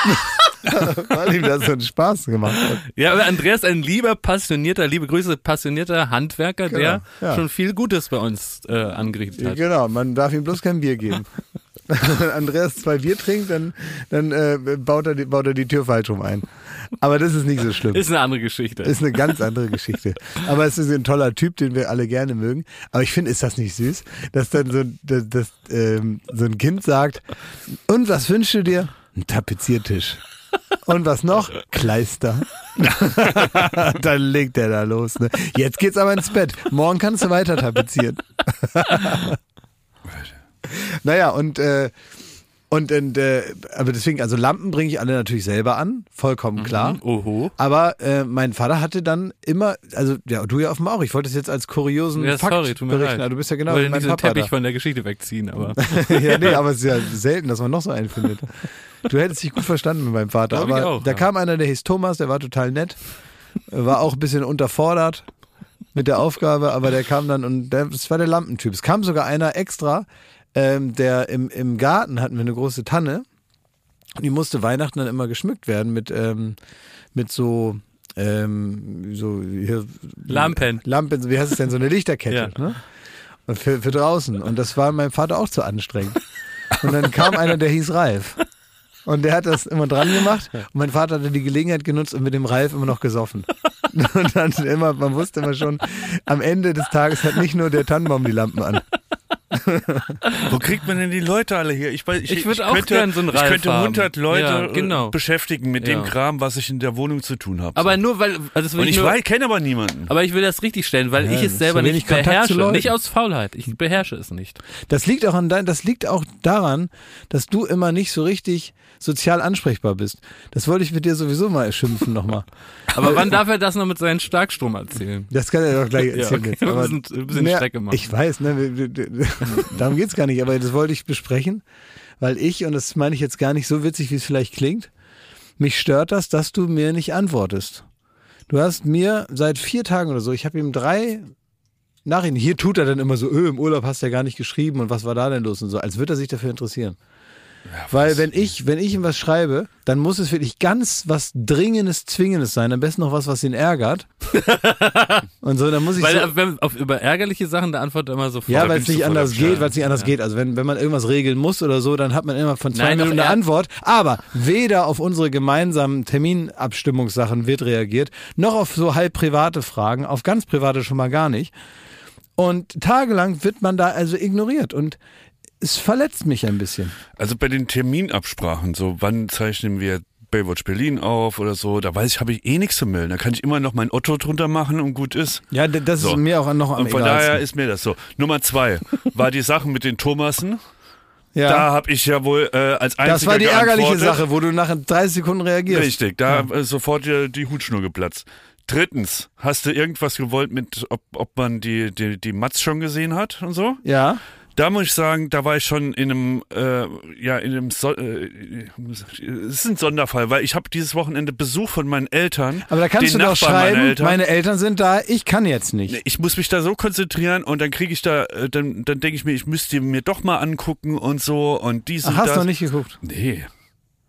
A: Weil ihm das so einen Spaß gemacht hat.
B: Ja, aber Andreas ein lieber, passionierter, liebe Grüße, passionierter Handwerker, der
A: Genau, ja.
B: schon viel Gutes bei uns äh, angerichtet hat.
A: Genau, man darf ihm bloß kein Bier geben. Wenn Andreas zwei Bier trinkt, dann, dann äh, baut, er die, baut er die Tür falsch rum ein. Aber das ist nicht so schlimm.
B: Ist eine andere Geschichte.
A: Ist eine ganz andere Geschichte. Aber es ist ein toller Typ, den wir alle gerne mögen. Aber ich finde, ist das nicht süß, dass dann so, dass, dass, ähm, so ein Kind sagt, und was wünschst du dir? Ein Tapeziertisch. Und was noch? Kleister. dann legt er da los. Ne? Jetzt geht's aber ins Bett. Morgen kannst du weiter tapezieren. naja, und äh, und, und äh, aber deswegen, also Lampen bringe ich alle natürlich selber an, vollkommen klar.
B: Mhm. Oho.
A: Aber äh, mein Vater hatte dann immer, also ja, du ja offenbar auch, ich wollte es jetzt als kuriosen
B: Ja,
A: Fakt
B: sorry, tut mir
A: berichten.
B: leid.
A: Ah, Du bist ja genau
B: Ich
A: wie
B: wollte
A: mein
B: diesen
A: Papa.
B: Teppich von der Geschichte wegziehen, aber
A: Da. ja, nee, aber es ist ja selten, dass man noch so einen findet. Du hättest dich gut verstanden mit meinem Vater,
B: Glaub ich
A: aber
B: auch,
A: da
B: ja.
A: kam einer, der hieß Thomas, der war total nett, war auch ein bisschen unterfordert mit der Aufgabe, aber der kam dann und der, das war der Lampentyp. Es kam sogar einer extra, ähm, der im, im Garten hatten wir eine große Tanne. Und Die musste Weihnachten dann immer geschmückt werden mit, ähm, mit so, ähm, so hier,
B: Lampen.
A: Lampen, wie heißt es denn, so eine Lichterkette.
B: Ja.
A: Ne? Und für, für draußen. Und das war meinem Vater auch zu anstrengend. Und dann kam einer, der hieß Ralf. Und der hat das immer dran gemacht. Und mein Vater hatte die Gelegenheit genutzt und mit dem Ralf immer noch gesoffen. Und dann immer, man wusste immer schon, am Ende des Tages hat nicht nur der Tannenbaum die Lampen an.
C: Wo kriegt man denn die Leute alle her? Ich, weiß-
B: Ich würd auch gern so einen
C: Ich
B: Ralf
C: könnte
B: haben.
C: 100 Leute
B: Ja, genau.
C: äh, beschäftigen mit dem
B: Ja.
C: Kram, was ich in der Wohnung zu tun habe.
B: Aber nur weil, also das will
C: Und ich
B: nur,
C: weiß, kenne aber niemanden.
B: aber ich will das richtig stellen, weil ich es
A: so
B: selber
A: wenig
B: nicht
A: Kontakt zu
B: beherrsche.
A: Leuten.
B: Nicht aus Faulheit. Ich beherrsche es nicht.
A: Das liegt auch an dein, das liegt auch daran, dass du immer nicht so richtig sozial ansprechbar bist. Das wollte ich mit dir sowieso mal schimpfen nochmal.
B: Aber wann darf er das noch mit seinem Starkstrom erzählen?
A: Das kann er doch gleich erzählen.
B: okay.
A: jetzt.
B: Wir
A: Aber
B: müssen ein bisschen
A: mehr-
B: Strecke machen.
A: Ich weiß, ne, wir- wir- wir- darum geht's gar nicht, aber das wollte ich besprechen, weil ich, und das meine ich jetzt gar nicht so witzig, wie es vielleicht klingt, mich stört das, dass du mir nicht antwortest. Du hast mir seit vier Tagen oder so, ich habe ihm drei Nachrichten, hier tut er dann immer so, öh, im Urlaub hast du ja gar nicht geschrieben und was war da denn los und so, als würde er sich dafür interessieren. Weil wenn ich, wenn ich ihm was schreibe, dann muss es wirklich ganz was Dringendes, Zwingendes sein. Am besten noch was, was ihn ärgert. und so, dann muss ich
B: Weil
A: so,
B: äh, wenn, auf, über ärgerliche Sachen, da antwortet er immer sofort.
A: ja, weil es
B: Bin ich
A: nicht
B: sofort
A: anders
B: am
A: geht,
B: Start.
A: weil es nicht anders geht. Also wenn, wenn man irgendwas regeln muss oder so, dann hat man immer von zwei
B: Nein,
A: Minuten
B: doch,
A: eine
B: er-
A: Antwort. Aber weder auf unsere gemeinsamen Terminabstimmungssachen wird reagiert, noch auf so halb private Fragen, auf ganz private schon mal gar nicht. Und tagelang wird man da also ignoriert und es verletzt mich ein bisschen.
C: Also bei den Terminabsprachen, so wann zeichnen wir Baywatch Berlin auf oder so, da weiß ich, habe ich eh nichts zu melden. Da kann ich immer noch mein Otto drunter machen und gut ist.
A: Ja, d- das
C: So.
A: ist mir auch noch am
C: Und von
A: egalsten.
C: daher ist mir das so. Nummer zwei war die Sache mit den Thomassen.
A: ja.
C: Da habe ich ja wohl äh, als einziger
A: das war die ärgerliche
C: geantwortet.
A: Sache, wo du nach 30 Sekunden reagierst.
C: Richtig, da äh, sofort die, die Hutschnur geplatzt. Drittens, hast du irgendwas gewollt mit, ob, ob man die, die, die Matz schon gesehen hat und so?
A: Ja.
C: Da muss ich sagen, da war ich schon in einem, äh, ja, in einem, so äh, es ist ein Sonderfall, weil ich habe dieses Wochenende Besuch von meinen Eltern.
A: Aber da kannst
C: den
A: du doch
C: Nachbarn
A: schreiben,
C: meiner
A: meine
C: Eltern.
A: Eltern. sind da, ich kann jetzt nicht.
C: ich muss mich da so konzentrieren und dann kriege ich da, äh, dann, dann denke ich mir, ich müsste die mir doch mal angucken und so und dies
A: Ach,
C: und
A: hast
C: das.
A: du noch nicht geguckt?
C: Nee.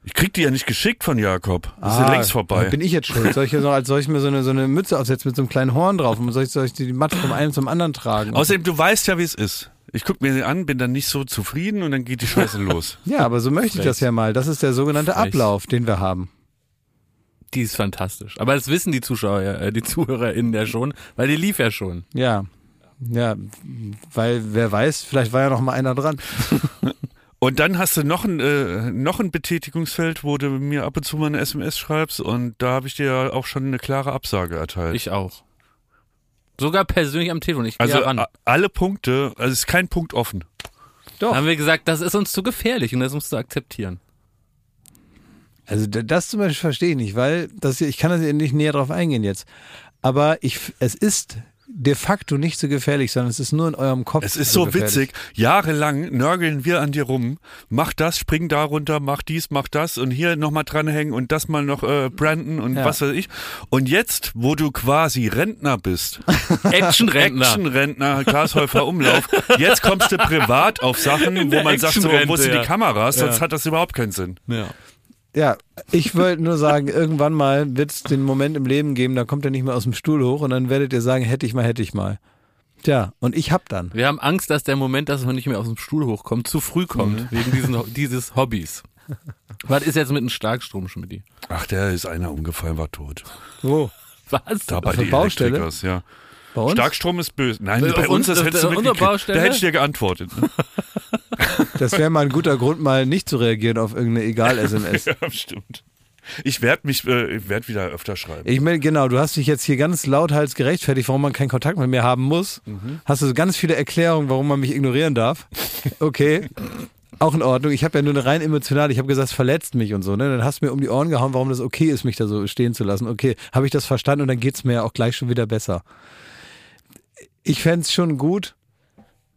C: Ich krieg die ja nicht geschickt von Jakob. Das ist ja längst
A: da
C: vorbei.
A: Ah, Bin ich jetzt schuld? Soll ich, hier so, als soll ich mir so eine, so eine Mütze aufsetzen mit so einem kleinen Horn drauf? Und soll ich, soll ich die Matte vom einen zum anderen tragen?
C: Außerdem, du weißt ja, wie es ist. Ich guck mir sie an, bin dann nicht so zufrieden und dann geht die Scheiße los.
A: ja, aber so möchte ich das ja mal. Das ist der sogenannte
B: Frech.
A: Ablauf, den wir haben.
B: Die ist fantastisch. Aber das wissen die Zuschauer, äh, die ZuhörerInnen ja schon, weil die lief ja schon.
A: Ja. Ja, weil wer weiß, vielleicht war ja noch mal einer dran.
C: Und dann hast du noch ein, äh, noch ein Betätigungsfeld, wo du mir ab und zu mal eine SMS schreibst und da habe ich dir ja auch schon eine klare Absage erteilt.
B: Ich auch. Sogar persönlich am Telefon. Ich gehe
C: also
B: ja
A: äh,
B: ran.
C: a- alle Punkte, also es ist kein Punkt offen.
B: Da haben wir gesagt, das ist uns zu gefährlich und das musst du akzeptieren.
A: Also d- das zum Beispiel verstehe ich nicht, weil das, hier- ich kann das hier nicht näher drauf eingehen jetzt. Aber ich, f- es ist de facto nicht so gefährlich, sondern es ist nur in eurem Kopf.
C: Es ist so
A: Also gefährlich.
C: witzig. Jahrelang nörgeln wir an dir rum. Mach das, spring da runter, mach dies, mach das und hier nochmal dranhängen und das mal noch äh, branden und
A: Ja.
C: was weiß ich. Und jetzt, wo du quasi Rentner bist,
B: Action-Rentner.
C: Action-Rentner, Glashäufer Umlauf, jetzt kommst du privat auf Sachen, wo
B: Der
C: man sagt, so, wo
B: Action-Rente,
C: sind
B: ja.
C: die Kameras? Sonst hat das überhaupt keinen Sinn.
B: Ja.
A: Ja, ich wollte nur sagen, irgendwann mal wird es den Moment im Leben geben, da kommt er nicht mehr aus dem Stuhl hoch und dann werdet ihr sagen, hätte ich mal, hätte ich mal. Tja, und ich hab dann.
B: Wir haben Angst, dass der Moment, dass man nicht mehr aus dem Stuhl hochkommt, zu früh kommt,
C: Mhm.
B: wegen diesen, dieses Hobbys. Was ist jetzt mit einem Starkstrom, Schmidti?
C: Ach, der ist einer umgefallen, war tot.
A: Wo?
B: Was?
C: Da bei
A: der
C: die
A: Baustelle?
C: Elektrikers, ja.
A: Bei uns?
C: Starkstrom ist böse. Nein,
B: Äh,
C: bei
B: auf uns-
C: uns, das
B: auf
C: hättest du
B: der- unserer
C: mitgekriegt. Da
B: Baustelle?
C: hätte ich dir geantwortet. Ne?
A: Das wäre mal ein guter Grund, mal nicht zu reagieren auf irgendeine Egal-SMS.
C: Ja, stimmt. Ich werde mich, äh, ich werd wieder öfter schreiben.
A: Ich meine, genau, du hast dich jetzt hier ganz lauthals gerechtfertigt, warum man keinen Kontakt mit mir haben muss. Hast du so ganz viele Erklärungen, warum man mich ignorieren darf. Okay. Auch in Ordnung. Ich habe ja nur eine rein emotionale, ich habe gesagt, es verletzt mich und so. Ne? Dann hast du mir um die Ohren gehauen, warum das okay ist, mich da so stehen zu lassen. Okay, habe ich das verstanden und dann geht's mir ja auch gleich schon wieder besser. Ich fänd's schon gut,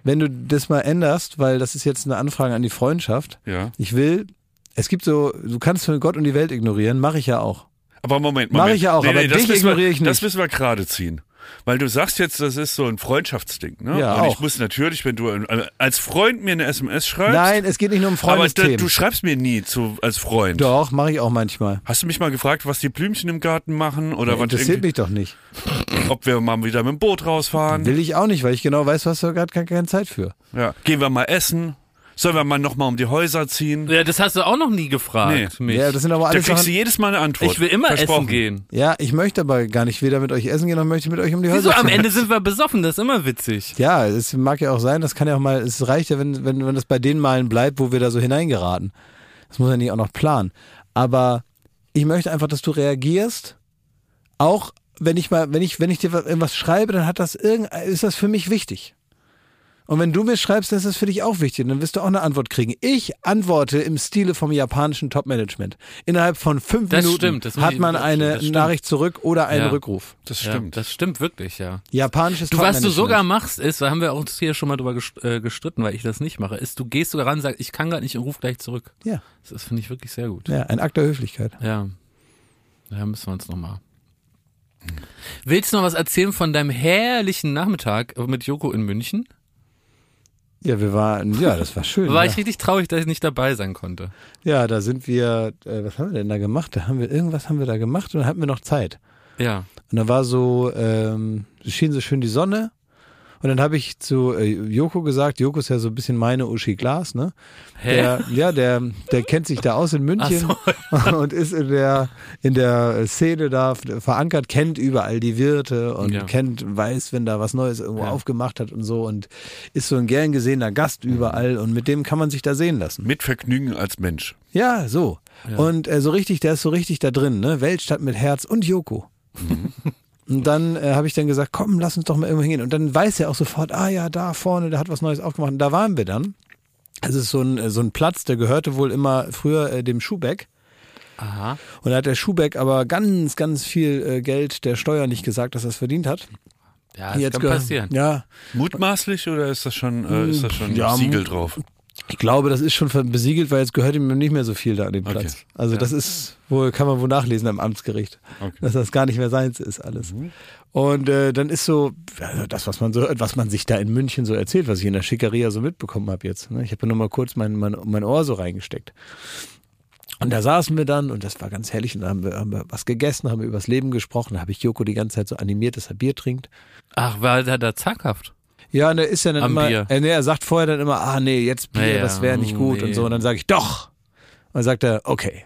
A: wenn du das mal änderst, weil das ist jetzt eine Anfrage an die Freundschaft.
C: Ja.
A: Ich will, es gibt so, du kannst nur Gott und die Welt ignorieren, mache ich ja auch.
C: Aber Moment, Moment.
A: Mach ich ja auch, aber
C: das
A: dich
C: müssen wir-
A: ignoriere ich nicht.
C: Das müssen wir gerade ziehen. Weil du sagst jetzt, das ist so ein Freundschaftsding. Ne?
A: Ja,
C: Und ich
A: auch.
C: muss natürlich, wenn du äh, als Freund mir eine SMS schreibst,
A: Nein, es geht nicht nur um
C: aber da,
A: Freundesthemen.
C: du schreibst mir nie zu, als Freund.
A: Doch, mache ich auch manchmal.
C: Hast du mich mal gefragt, was die Blümchen im Garten machen oder was
A: Interessiert
C: irgendwie-
A: mich doch nicht.
C: ob wir mal wieder mit dem Boot rausfahren?
A: Will ich auch nicht, weil ich genau weiß, du hast da gerade keine, keine Zeit für.
C: Ja. Gehen wir mal essen? Sollen wir mal nochmal um die Häuser ziehen?
B: Ja, das hast du auch noch nie gefragt. Mich.
A: Ja, das sind aber
C: Da
A: alles
C: kriegst du
A: Sachen-
C: jedes Mal eine Antwort.
B: ich will immer
C: Versprochen.
B: essen gehen.
A: Ja, ich möchte aber gar nicht weder mit euch essen gehen, noch möchte ich mit euch um die Häuser
B: Wieso? Am
A: ziehen.
B: Ende sind wir besoffen, das ist immer witzig.
A: Ja, es mag ja auch sein, das kann ja auch mal, es reicht ja, wenn, wenn, wenn das bei den Malen bleibt, wo wir da so hineingeraten. Das muss ja nicht auch noch planen. Aber ich möchte einfach, dass du reagierst, auch wenn ich mal, wenn ich, wenn ich dir was- irgendwas schreibe, dann hat das irgend, ist das für mich wichtig. Und wenn du mir schreibst, dann ist das für dich auch wichtig, dann wirst du auch eine Antwort kriegen. Ich antworte im Stile vom japanischen Topmanagement. Innerhalb von fünf
B: Das
A: Minuten
B: stimmt, das muss
A: hat
B: ich-
A: man
B: das
A: eine
B: stimmt, das
A: Nachricht zurück oder einen
B: Ja.
A: Rückruf.
C: Das
B: Ja,
C: stimmt.
B: das stimmt wirklich, ja.
A: Japanisches
B: Du, was
A: Topmanagement.
B: du sogar machst, ist, da haben wir uns hier schon mal drüber gest- äh, gestritten, weil ich das nicht mache, ist, du gehst sogar ran und sagst, ich kann gerade nicht und ruf gleich zurück.
A: Ja,
B: Das finde ich wirklich sehr gut.
A: ja, ein Akt der Höflichkeit.
B: Ja. Da müssen wir uns nochmal. Willst du noch was erzählen von deinem herrlichen Nachmittag mit Joko in München?
A: Ja, wir waren, ja, das war schön.
B: War
A: ja.
B: ich richtig traurig, dass ich nicht dabei sein konnte.
A: ja, da sind wir, äh, was haben wir denn da gemacht? Da haben wir irgendwas haben wir da gemacht und dann hatten wir noch Zeit.
B: Ja.
A: Und da war so, ähm, es schien so schön die Sonne. Und dann habe ich zu äh, Joko gesagt, Joko ist ja so ein bisschen meine Uschi Glas, ne?
B: Hä?
A: Der, ja, der, der kennt sich da aus in München und ist in der, in der Szene da verankert, kennt überall die Wirte und
B: Ja.
A: kennt, weiß, wenn da was Neues irgendwo
B: Ja.
A: aufgemacht hat und so und ist so ein gern gesehener Gast überall und mit dem kann man sich da sehen lassen.
C: Mit Vergnügen als Mensch.
A: Ja, so. Und äh, so richtig, der ist so richtig da drin, ne? Weltstadt mit Herz und Joko.
B: Mhm.
A: Und dann äh, habe ich dann gesagt, komm, lass uns doch mal irgendwo hingehen. Und dann weiß er auch sofort, ah ja, da vorne, da hat was Neues aufgemacht. Und da waren wir dann. Es ist so ein, äh, so ein Platz, der gehörte wohl immer früher äh, dem Schubeck.
B: Aha.
A: Und da hat der Schubeck aber ganz, ganz viel äh, Geld der Steuer nicht gesagt, dass er es verdient hat.
B: Ja, das
A: Jetzt
B: kann
A: gehör-
B: passieren.
A: Ja,
C: Mutmaßlich oder ist das schon, äh, ist das schon
A: Ja,
C: ein Siegel
A: mu-
C: drauf?
A: Ich glaube, das ist schon ver- besiegelt, weil jetzt gehört ihm nicht mehr so viel da an den Platz. Also das ist wohl, kann man wohl nachlesen am Amtsgericht, dass das gar nicht mehr seins ist alles. Und äh, dann ist so, also das, was man so, was man sich da in München so erzählt, was ich in der Schickeria so mitbekommen habe jetzt. Ne? Ich habe ja nur mal kurz mein, mein, mein Ohr so reingesteckt. Und da saßen wir dann und das war ganz herrlich und da haben wir, haben wir was gegessen, haben wir übers Leben gesprochen, da habe ich Joko die ganze Zeit so animiert, dass er Bier trinkt.
B: Ach, war der da zaghaft?
A: Ja, und er ist ja dann
B: Am
A: immer,
B: Bier.
A: Äh, nee, er sagt vorher dann immer, ah nee, jetzt Bier,
B: Ja, ja,
A: das wäre nicht
B: mm,
A: gut und
B: nee.
A: so. Und dann sage ich, doch. Und dann sagt er, okay.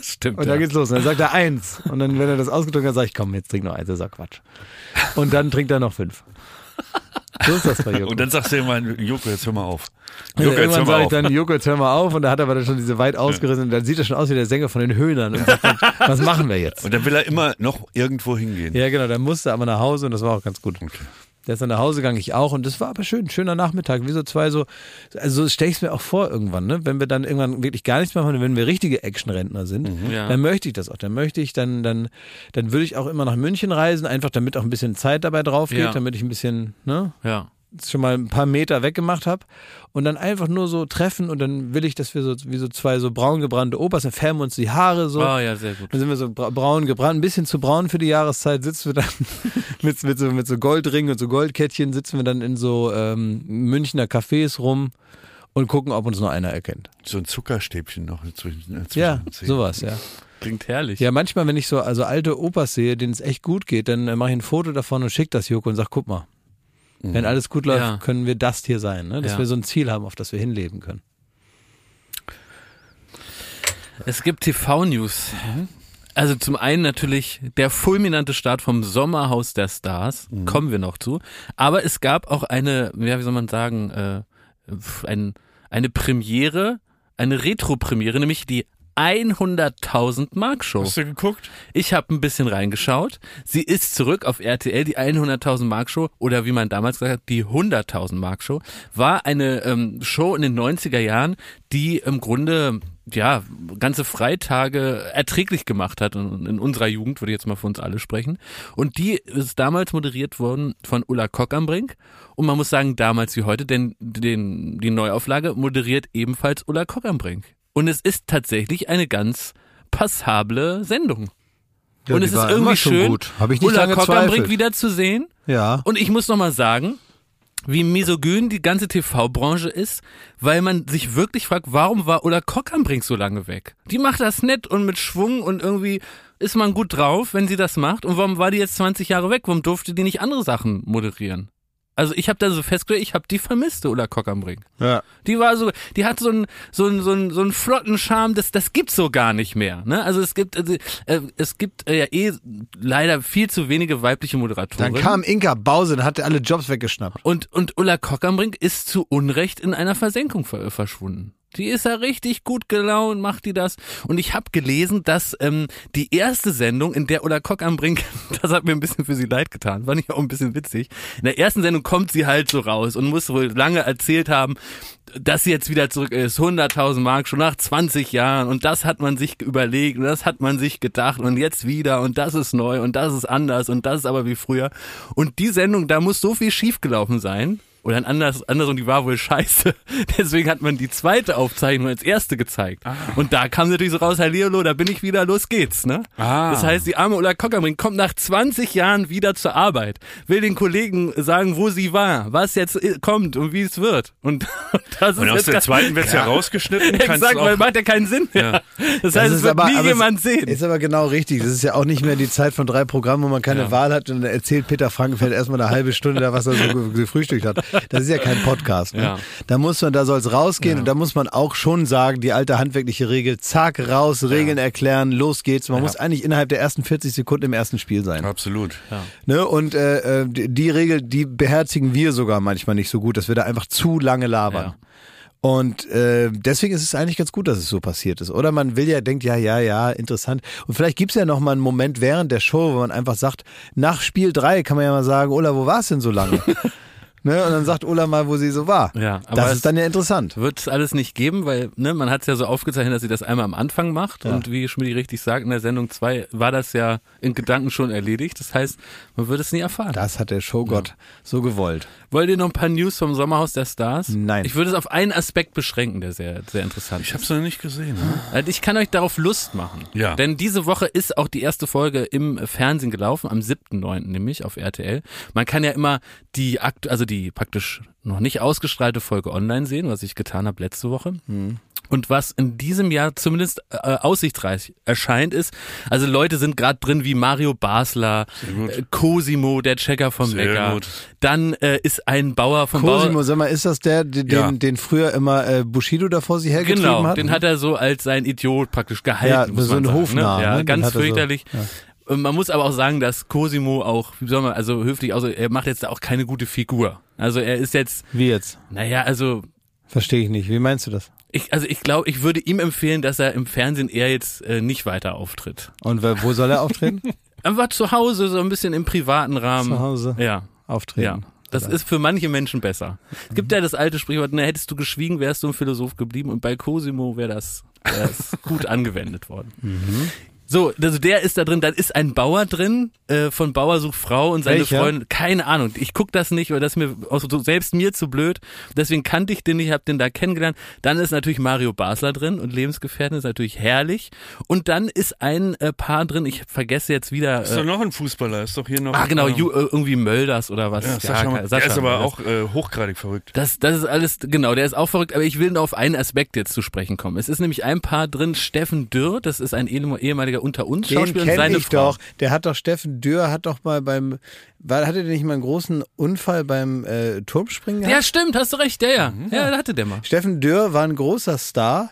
B: Stimmt.
A: Und
B: ja.
A: dann geht's los. Und dann sagt er eins. Und dann, wenn er das ausgetrunken hat, sage ich, komm, jetzt trink noch eins, das ist ja Quatsch. Und dann trinkt er noch fünf. So ist das bei Joko.
C: Und dann sagst du immer, Joko, jetzt hör mal auf.
A: Und
C: Joko, jetzt hör
A: irgendwann sage
C: mal
A: ich
C: auf.
A: dann, Joko, jetzt hör mal auf. Und da hat er aber dann schon diese weit ausgerissen. Und dann sieht er schon aus wie der Sänger von den Höhnern. Und sagt dann, was machen wir jetzt?
C: Und dann will er immer noch irgendwo hingehen.
A: Ja, genau, dann musste er aber nach Hause und das war auch ganz gut.
C: Okay.
A: Der ist dann nach Hause gegangen, ich auch. Und das war aber schön, schöner Nachmittag. Wie so zwei so, also so stelle ich es mir auch vor irgendwann, ne? Wenn wir dann irgendwann wirklich gar nichts mehr machen, wenn wir richtige Actionrentner sind,
B: Mhm. Ja.
A: dann möchte ich das auch. Dann möchte ich, dann, dann, dann würde ich auch immer nach München reisen, einfach damit auch ein bisschen Zeit dabei drauf geht,
B: Ja.
A: damit ich ein bisschen, ne?
B: Ja.
A: schon mal ein paar Meter weggemacht habe und dann einfach nur so treffen und dann will ich, dass wir so wie so zwei so braungebrannte Opas, dann färben wir uns die Haare so.
B: Ah, ja, sehr gut.
A: Dann sind wir so bra- braun gebrannt, ein bisschen zu braun für die Jahreszeit, sitzen wir dann mit, mit, so, mit so Goldringen und so Goldkettchen, sitzen wir dann in so ähm, Münchner Cafés rum und gucken, ob uns noch einer erkennt.
C: So ein Zuckerstäbchen noch zwischen, äh, zwischen
A: Ja,
C: den Zähnen.
A: sowas, ja.
B: Klingt herrlich.
A: Ja, manchmal, wenn ich so also alte Opas sehe, denen es echt gut geht, dann äh, mache ich ein Foto davon und schicke das Joko und sag, guck mal, wenn alles gut läuft,
B: Ja.
A: können wir das hier sein, ne? dass
B: Ja.
A: wir so ein Ziel haben, auf das wir hinleben können.
B: Es gibt TV-News. Also zum einen natürlich der fulminante Start vom Sommerhaus der Stars, kommen wir noch zu. Aber es gab auch eine, ja, wie soll man sagen, äh, pf, ein, eine Premiere, eine Retro-Premiere, nämlich die 100.000 Mark Show.
C: Hast du geguckt?
B: Ich habe ein bisschen reingeschaut. Sie ist zurück auf RTL, die 100.000 Mark Show oder wie man damals gesagt hat, die 100.000 Mark Show war eine ähm, Show in den 90er Jahren, die im Grunde ja ganze Freitage erträglich gemacht hat in, in unserer Jugend würde ich jetzt mal für uns alle sprechen und die ist damals moderiert worden von Ulla Kock am Brink und man muss sagen damals wie heute denn den die Neuauflage moderiert ebenfalls Ulla Kock am Brink und es ist tatsächlich eine ganz passable Sendung und
A: die
B: es
A: war immer
B: ist irgendwie
A: schon
B: schön,
A: gut. Hab ich nicht
B: Ulla
A: dran
B: Kockernbrink
A: gezweifelt.
B: wieder zu sehen.
A: Ja.
B: Und ich muss nochmal sagen, wie misogyn die ganze TV-Branche ist, weil man sich wirklich fragt, warum war Ulla Kockernbrink so lange weg? Die macht das nett und mit Schwung und irgendwie ist man gut drauf, wenn sie das macht. Und warum war die jetzt 20 Jahre weg? Warum durfte die nicht andere Sachen moderieren? Also ich habe da so festgestellt, ich habe die vermisste Ulla Kock am Ring.
A: Ja.
B: Die war so, die hat so einen so einen, so einen, so einen flotten Charme, das das gibt's so gar nicht mehr, ne? Also es gibt also, äh, es gibt äh, ja eh leider viel zu wenige weibliche Moderatoren.
A: Dann kam Inka Bause und hat alle Jobs weggeschnappt.
B: und und Ulla Kock am Ring ist zu Unrecht in einer Versenkung ver verschwunden. Die ist ja richtig gut gelaunt, macht die das. Und ich habe gelesen, dass ähm, die erste Sendung, in der Ulla Kock am Brink, das hat mir ein bisschen für sie leid getan, fand ich auch ein bisschen witzig. In der ersten Sendung kommt sie halt so raus und muss wohl lange erzählt haben, dass sie jetzt wieder zurück ist. 100.000 Mark schon nach 20 Jahren. Und das hat man sich überlegt und das hat man sich gedacht und jetzt wieder und das ist neu und das ist anders und das ist aber wie früher. Und die Sendung, da muss so viel schiefgelaufen sein. Oder ein anders, andersrum, die war wohl scheiße. Deswegen hat man die zweite Aufzeichnung als erste gezeigt.
C: Ah.
B: Und da kam natürlich so raus, Hallihallo, da bin ich wieder, los geht's. Ne?
C: Ah.
B: Das heißt, die arme Ulla Kockerbrink kommt nach 20 Jahren wieder zur Arbeit, will den Kollegen sagen, wo sie war, was jetzt i- kommt und wie es wird. Und das
C: Und
B: ist
C: aus
B: jetzt
C: der
B: ganz-
C: zweiten wird's ja rausgeschnitten. kannst
B: Exakt,
C: auch-
B: weil macht ja keinen Sinn mehr. Das, heißt, es
A: ist
B: wird
A: aber-
B: nie
A: aber
B: jemand
A: es,
B: sehen.
A: Ist aber genau richtig. Das ist ja auch nicht mehr die Zeit von drei Programmen, wo man keine Wahl hat und dann erzählt Peter Frankenfeld erstmal eine halbe Stunde da, was er so ge- gefrühstückt hat. Das ist ja kein Podcast. Ne?
B: Ja.
A: Da muss man, da soll es rausgehen und da muss man auch schon sagen, die alte handwerkliche Regel, zack, raus, Regeln erklären, los geht's. Man muss eigentlich innerhalb der ersten 40 Sekunden im ersten Spiel sein.
C: Absolut.
A: Ne? Und äh, äh, die die Regel, die beherzigen wir sogar manchmal nicht so gut, dass wir da einfach zu lange labern. Und äh, deswegen ist es eigentlich ganz gut, dass es so passiert ist. Oder man will ja, denkt, ja, ja, ja, interessant. Und vielleicht gibt's ja noch mal einen Moment während der Show, wo man einfach sagt, nach Spiel drei kann man ja mal sagen, Ola, wo war's denn so lange? ne? Und dann sagt Ola mal, wo sie so war.
B: Ja, aber
A: das
B: es-
A: ist dann ja interessant.
B: Wird es alles nicht geben, weil ne, man hat es ja so aufgezeichnet, dass sie das einmal am Anfang macht. Und wie Schmidt richtig sagt, in der Sendung 2 war das ja in Gedanken schon erledigt. Das heißt, man wird es nie erfahren.
A: Das hat der Showgott so gewollt.
B: Wollt ihr noch ein paar News vom Sommerhaus der Stars?
A: Nein.
B: Ich würde es auf einen Aspekt beschränken, der sehr, sehr interessant
C: Ich
B: ist.
C: hab's noch nicht gesehen. Ne?
B: Also ich kann euch darauf Lust machen.
C: Ja.
B: Denn diese Woche ist auch die erste Folge im Fernsehen gelaufen, am 7.9. nämlich auf RTL. Man kann ja immer die akt also die praktisch noch nicht ausgestrahlte Folge online sehen, was ich getan habe letzte Woche.
C: Mhm.
B: Und was in diesem Jahr zumindest äh, aussichtsreich erscheint ist, also Leute sind gerade drin wie Mario Basler, äh, Cosimo, der Checker vom
C: Sehr
B: Neckar.
C: gut.
B: Dann äh, ist ein Bauer vom Bauer.
A: Cosimo, sag mal, ist das der, den,
C: Ja.
A: den, den früher immer äh, Bushido da vor sich hergetrieben
B: Genau,
A: hat?
B: den hat er so als sein Idiot praktisch gehalten.
A: Ja,
B: muss
A: so ein
B: man sagen,
A: Hofnarr,
B: Ne? Ja,
A: ne? Den
B: ganz
A: hat er so,
B: fürchterlich. Und Man muss aber auch sagen, dass Cosimo auch, wie soll man, also höflich, also er macht jetzt auch keine gute Figur. Also er ist jetzt,
A: Wie jetzt?
B: naja, also
A: Verstehe ich nicht. Wie meinst du das?
B: ich, also ich glaube, ich würde ihm empfehlen, dass er im Fernsehen eher jetzt äh, nicht weiter auftritt.
A: Und wer- wo soll er auftreten?
B: Einfach zu Hause, so ein bisschen im privaten Rahmen.
A: Zu Hause.
B: Ja, ja.
A: auftreten.
B: Das ist für manche Menschen besser. Es gibt ja das alte Sprichwort, na, hättest du geschwiegen, wärst du ein Philosoph geblieben und bei Cosimo wäre das, wär das gut angewendet worden. So, also der ist da drin, dann ist ein Bauer drin, äh, von Bauer sucht Frau und seine
A: Welcher?
B: Freundin, keine Ahnung, ich guck das nicht, weil das ist mir, auch so, selbst mir zu blöd, deswegen kannte ich den nicht, hab den da kennengelernt. Dann ist natürlich Mario Basler drin und Lebensgefährtin ist natürlich herrlich und dann ist ein äh, Paar drin, ich vergesse jetzt wieder,
C: Ist doch
B: äh,
C: noch ein Fußballer, ist doch hier noch.
B: ah genau,
C: ähm,
B: Ju, äh, irgendwie Mölders oder was.
C: ja, Sascha,
B: keine-
C: Ma- der ist aber
B: Mölders.
C: auch äh, hochgradig verrückt.
B: Das, das ist alles, genau, der ist auch verrückt, aber ich will nur auf einen Aspekt jetzt zu sprechen kommen. Es ist nämlich ein Paar drin, Steffen Dürr, das ist ein ehem- ehemaliger Unter uns
A: Den
B: Schauspieler und
A: kenne
B: seine
A: ich
B: Frau.
A: doch. Der hat doch Steffen Dürr hat doch mal beim, war, hatte der nicht mal einen großen Unfall beim äh, Turmspringen?
B: Ja,
A: Gehabt?
B: stimmt, hast du recht, der ja.
C: Mhm.
B: Ja, da hatte der mal.
A: Steffen Dürr war ein großer Star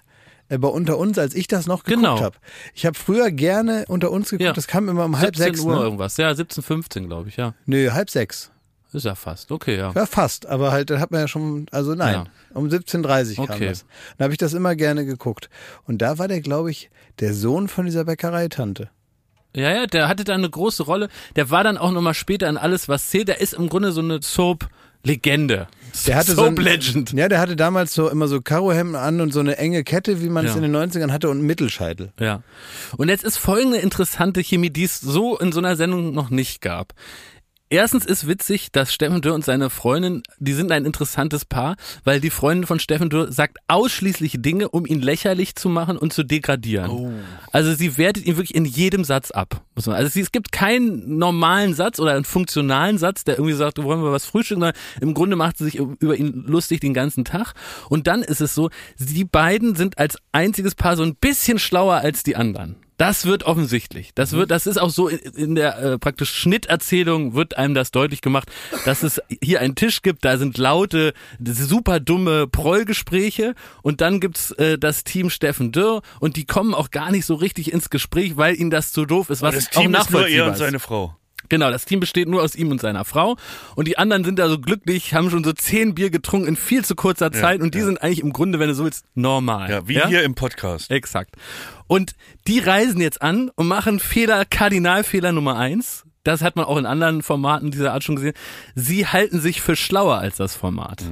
A: äh, bei Unter uns, als ich das noch geguckt
B: Genau.
A: habe. Ich habe früher gerne Unter uns geguckt.
B: Ja.
A: Das kam immer um halb
B: 17
A: sechs.
B: Uhr
A: Ne?
B: irgendwas, ja, 17, 15 glaube ich, ja.
A: Nö, halb sechs.
B: Ist ja fast, okay, ja.
A: Ja, fast, aber halt, da hat man ja schon, also nein, um 17.30 Uhr kam
B: Okay.
A: das. Und da habe ich das immer gerne geguckt. Und da war der, glaube ich, der Sohn von dieser Bäckereitante.
B: Ja, ja, der hatte da eine große Rolle, der war dann auch nochmal später in alles, was zählt, der ist im Grunde so eine Soap-Legende.
A: Der hatte so
B: Soap
A: ein-
B: Legend.
A: Ja, der hatte damals so immer so Karohemden an und so eine enge Kette, wie man es
B: Ja.
A: in den 90ern hatte und einen Mittelscheitel.
B: Ja. Und jetzt ist folgende interessante Chemie, die es so in so einer Sendung noch nicht gab. Erstens ist witzig, dass Steffen Dürr und seine Freundin, die sind ein interessantes Paar, weil die Freundin von Steffen Dürr sagt ausschließlich Dinge, um ihn lächerlich zu machen und zu degradieren. Also sie wertet ihn wirklich in jedem Satz ab. Muss man. Also sie, es gibt keinen normalen Satz oder einen funktionalen Satz, der irgendwie sagt, wollen wir was frühstücken, sondern im Grunde macht sie sich um, über ihn lustig den ganzen Tag. Und dann ist es so, die beiden sind als einziges Paar so ein bisschen schlauer als die anderen. Das wird offensichtlich. Das
C: Mhm.
B: wird, das ist auch so in- in der äh, praktisch Schnitterzählung wird einem das deutlich gemacht, dass es hier einen Tisch gibt, da sind laute, super dumme Prollgespräche und dann gibt's äh, das Team Steffen Dürr und die kommen auch gar nicht so richtig ins Gespräch, weil ihnen das zu doof ist, was
C: Das
B: auch
C: Team ist nur er
B: nachvollziehbar
C: und
B: ist.
C: seine Frau.
B: Genau, das Team besteht nur aus ihm und seiner Frau. Und die anderen sind da so glücklich, haben schon so zehn Bier getrunken in viel zu kurzer Zeit. und die sind eigentlich im Grunde, wenn du so willst, normal.
C: Ja, wie hier im Podcast.
B: Exakt. Und die reisen jetzt an und machen Fehler, Kardinalfehler Nummer eins. Das hat man auch in anderen Formaten dieser Art schon gesehen. Sie halten sich für schlauer als das Format.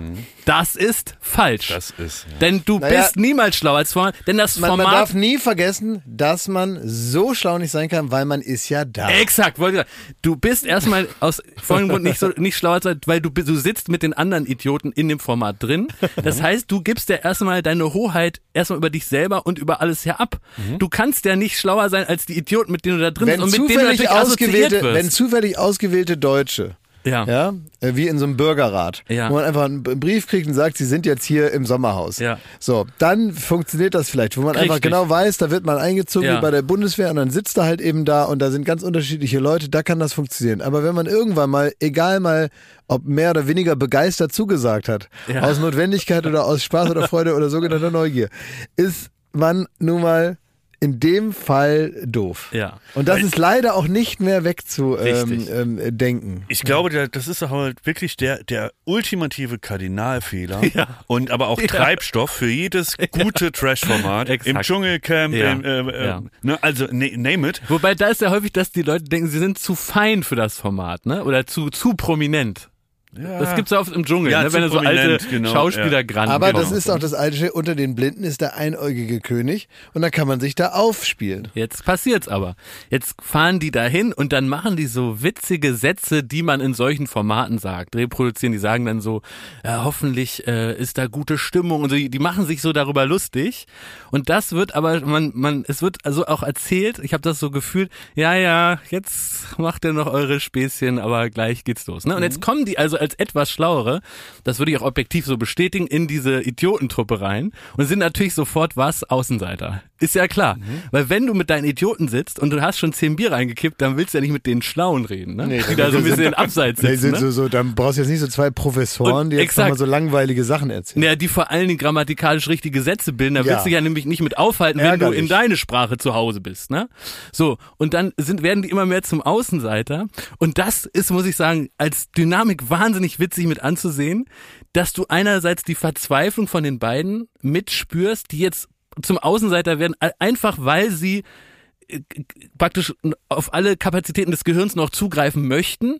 B: Das ist falsch.
C: Mhm. Das ist. Ja.
B: denn du
A: Naja.
B: bist niemals schlauer als Format, denn das
A: Man, man
B: Format
A: darf nie vergessen, dass man so schlau nicht sein kann, weil man ist ja da.
B: Exakt, wollte ich sagen. Du bist erstmal aus folgendem Grund nicht, so, nicht schlauer, als- weil du, bi- du sitzt mit den anderen Idioten in dem Format drin. Das heißt, du gibst ja erstmal deine Hoheit erstmal über dich selber und über alles her ab. Du kannst ja nicht schlauer sein als die Idioten, mit denen du da drin
A: Wenn
B: bist und mit denen du
A: zufällig,
B: natürlich assoziiert
A: ausgewählte, wenn
B: wirst.
A: zufällig ausgewählte Deutsche,
B: Ja.
A: ja, äh, wie in so einem Bürgerrat,
B: Ja.
A: wo man einfach einen B- Brief kriegt und sagt, sie sind jetzt hier im Sommerhaus.
B: Ja.
A: So, dann funktioniert das vielleicht, wo man einfach
B: Richtig.
A: genau weiß, da wird man eingezogen
B: Ja.
A: wie bei der Bundeswehr und dann sitzt er halt eben da und da sind ganz unterschiedliche Leute, da kann das funktionieren. Aber wenn man irgendwann mal, egal mal, ob mehr oder weniger begeistert zugesagt hat,
B: Ja.
A: aus Notwendigkeit oder aus Spaß oder Freude oder sogenannter Neugier, ist man nun mal in dem Fall doof.
B: Ja.
A: Und das ist leider auch nicht mehr wegzudenken.
B: Richtig.
A: Ähm, äh, denken.
C: Ich glaube, der, das ist halt wirklich der, der ultimative Kardinalfehler
B: Ja.
C: und aber auch Treibstoff für jedes gute Trash-Format im
B: Exakt.
C: Dschungelcamp.
B: Ja.
C: Im, äh, äh,
B: Ja.
C: ne, also na- name it.
B: Wobei da ist ja häufig, dass die Leute denken, sie sind zu fein für das Format, ne? Oder zu, zu prominent. Das gibt's ja oft im Dschungel,
C: Ja,
B: ne?
C: zu
B: wenn du so alte
C: prominent, genau,
B: Schauspieler
C: ja.
B: granten
A: Aber
B: kommen.
A: das ist auch das alte Schild, unter den Blinden ist der einäugige König und da kann man sich da aufspielen.
B: Jetzt passiert's aber. Jetzt fahren die dahin und dann machen die so witzige Sätze, die man in solchen Formaten sagt. Reproduzieren, die sagen dann so, ja, hoffentlich äh, ist da gute Stimmung und so. Die, die machen sich so darüber lustig. Und das wird aber, man, man, es wird also auch erzählt, ich habe das so gefühlt, ja, ja, jetzt macht ihr noch eure Späßchen, aber gleich geht's los. Ne? Und jetzt kommen die also als etwas schlauere, das würde ich auch objektiv so bestätigen, in diese Idiotentruppe rein und sind natürlich sofort was Außenseiter. Ist ja klar.
A: Mhm.
B: Weil wenn du mit deinen Idioten sitzt und du hast schon zehn Bier reingekippt, dann willst du ja nicht mit den Schlauen reden, ne? die da so ein bisschen abseits
A: Nee,
B: sitzen.
A: sind
B: Ne?
A: so, so, dann brauchst du jetzt nicht so zwei Professoren,
B: Und
A: die jetzt
B: exakt.
A: nochmal so langweilige Sachen erzählen.
B: Ja, die vor allen Dingen grammatikalisch richtige Sätze bilden, da
A: Ja.
B: willst du ja nämlich nicht mit aufhalten, wenn du
A: Ärgerlich.
B: in deine Sprache zu Hause bist, ne? So, und dann sind, werden die immer mehr zum Außenseiter und das ist, muss ich sagen, als Dynamik wahnsinnig witzig mit anzusehen, dass du einerseits die Verzweiflung von den beiden mitspürst, die jetzt zum Außenseiter werden, e- einfach weil sie äh, g- g- praktisch auf alle Kapazitäten des Gehirns noch zugreifen möchten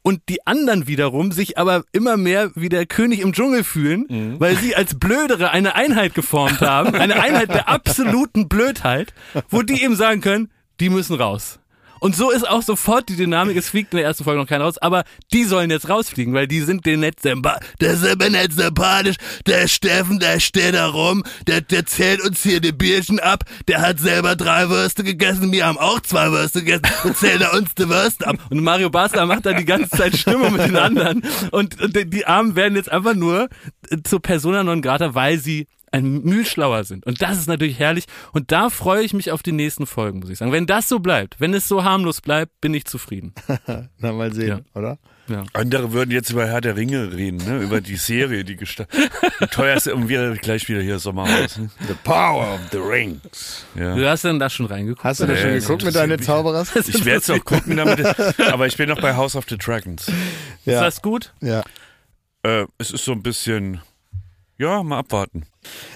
B: und die anderen wiederum sich aber immer mehr wie der König im Dschungel fühlen, weil sie als Blödere eine Einheit geformt haben, eine Einheit der absoluten Blödheit, wo die eben sagen können, die müssen raus. Und so ist auch sofort die Dynamik, es fliegt in der ersten Folge noch keiner raus, aber die sollen jetzt rausfliegen, weil die sind den letzten, Ba- der sind mir jetzt sympathisch, der Steffen, der steht da rum, der, der zählt uns hier die Bierchen ab, der hat selber drei Würste gegessen, wir haben auch zwei Würste gegessen und zählt da uns die Würste ab. Und Mario Basler macht da die ganze Zeit Stimme mit den anderen und, und die- die Armen werden jetzt einfach nur äh, zur Persona non grata, weil sie ein Mühe schlauer sind. Und das ist natürlich herrlich. Und da freue ich mich auf die nächsten Folgen, muss ich sagen. Wenn das so bleibt, wenn es so harmlos bleibt, bin ich zufrieden.
A: Na, mal sehen, oder?
C: Andere würden jetzt über Herr der Ringe reden, ne? über die Serie, die gestartet. Teuer ist irgendwie gleich wieder hier Sommerhaus. Ne?
G: The power of the rings.
B: Du hast denn da schon reingeguckt? Äh,
A: Hast du das schon
C: Nee, das
A: geguckt mit deinen Zauberers?
C: Ich werde es auch gucken, damit, aber ich bin noch bei House of the Dragons.
B: Ist
A: Ja.
B: das gut?
A: ja.
C: Äh, es ist so ein bisschen, ja, mal abwarten.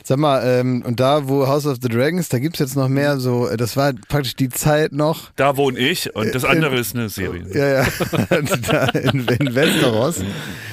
A: Sag mal, ähm, und da, wo House of the Dragons, da gibt's jetzt noch mehr so, äh, das war praktisch die Zeit noch,
C: Da wohne ich und das
A: Äh,
C: andere
A: äh,
C: ist eine Serie.
A: Ja, ja. da in, in Westeros.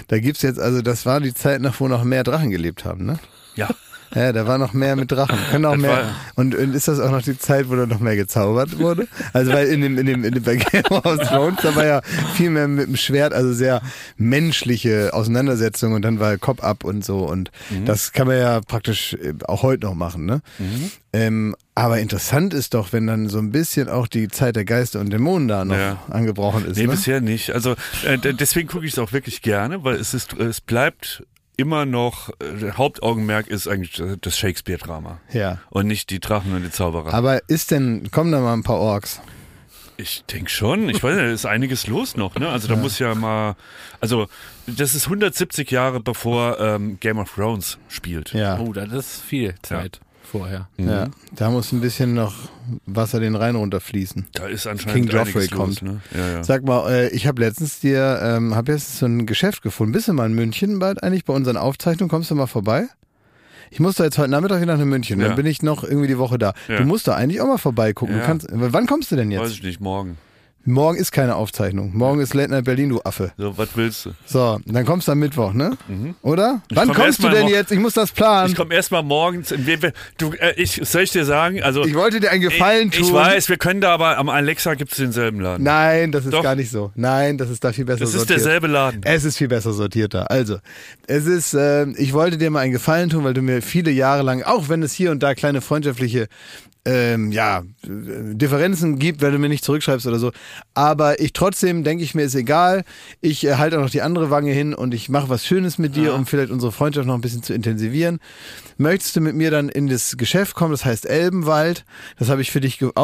A: Da gibt's jetzt, also das war die Zeit noch, wo noch mehr Drachen gelebt haben, ne?
C: Ja.
A: Ja, da war noch mehr mit Drachen. Können auch
C: Das
A: mehr.
C: war-
A: Und, und ist das auch noch die Zeit, wo da noch mehr gezaubert wurde? Also weil in dem, in dem, in dem bei Game of Thrones, da war ja viel mehr mit dem Schwert, also sehr menschliche Auseinandersetzung und dann war Cop Up und so. Und
C: Mhm.
A: das kann man ja praktisch äh, auch heute noch machen, ne?
C: Mhm.
A: Ähm, aber interessant ist doch, wenn dann so ein bisschen auch die Zeit der Geister und Dämonen da noch
C: Ja.
A: angebrochen ist.
C: Nee,
A: ne?
C: bisher nicht. Also äh, d- deswegen gucke ich es auch wirklich gerne, weil es ist, es bleibt immer noch, äh, Hauptaugenmerk ist eigentlich das Shakespeare-Drama.
F: Ja.
C: Und nicht die Drachen und die Zauberer.
A: Aber ist denn, kommen da mal ein paar Orks?
C: Ich denke schon. Ich weiß, nicht, da ist einiges los noch. Ne? Also da muss ja mal. Also das ist 170 Jahre bevor ähm, Game of Thrones spielt.
A: Ja.
B: Oh, das ist viel Zeit vorher.
A: ja. Da muss ein bisschen noch Wasser den Rhein runterfließen.
C: Da ist anscheinend
A: King
C: einiges
A: Joffrey
C: los.
A: kommt.
C: Ne? Ja, ja.
A: Sag mal, äh, ich habe letztens dir, ähm, habe jetzt so ein Geschäft gefunden. Bist du mal in München bald eigentlich bei unseren Aufzeichnungen? Kommst du mal vorbei? Ich muss da jetzt heute Nachmittag wieder nach München.
C: Ja.
A: Dann bin ich noch irgendwie die Woche da.
C: Ja.
A: Du musst da eigentlich auch mal vorbeigucken.
C: Ja.
A: Du kannst, wann kommst du denn
C: Weiß
A: jetzt?
C: ich nicht, morgen.
A: Morgen ist keine Aufzeichnung. Morgen ist Late Night Berlin, du Affe.
C: So, was willst du?
A: So, dann kommst du am Mittwoch, ne? Oder?
C: Mhm. Ich
A: wann
C: komm erst
A: kommst du
C: mal
A: denn
C: noch-
A: jetzt? Ich muss das planen.
C: Ich
A: Ich,
C: komme erstmal morgens. in- wir- wir- Du, äh, ich, soll ich dir sagen? Also,
A: wollte dir einen Gefallen
C: ich,
A: tun.
C: ich weiß, wir können da aber am Alexa gibt es denselben Laden.
A: Nein, oh das ist
C: Doch.
A: gar nicht so. Nein, das ist da viel besser
C: das ist
A: sortiert.
C: derselbe Laden.
A: Es ist viel besser sortierter. Also, es ist, äh, ich wollte dir mal einen Gefallen tun, weil du mir viele Jahre lang, auch wenn es hier und da kleine freundschaftliche ähm, ja, äh, Differenzen gibt, wenn du mir nicht zurückschreibst oder so. Aber ich trotzdem denke ich mir, ist egal. Ich äh, halte auch noch die andere Wange hin und ich mache was Schönes mit dir, um vielleicht unsere Freundschaft noch ein bisschen zu intensivieren. Möchtest du mit mir dann in das Geschäft kommen? Das heißt Elbenwald. Das habe ich für dich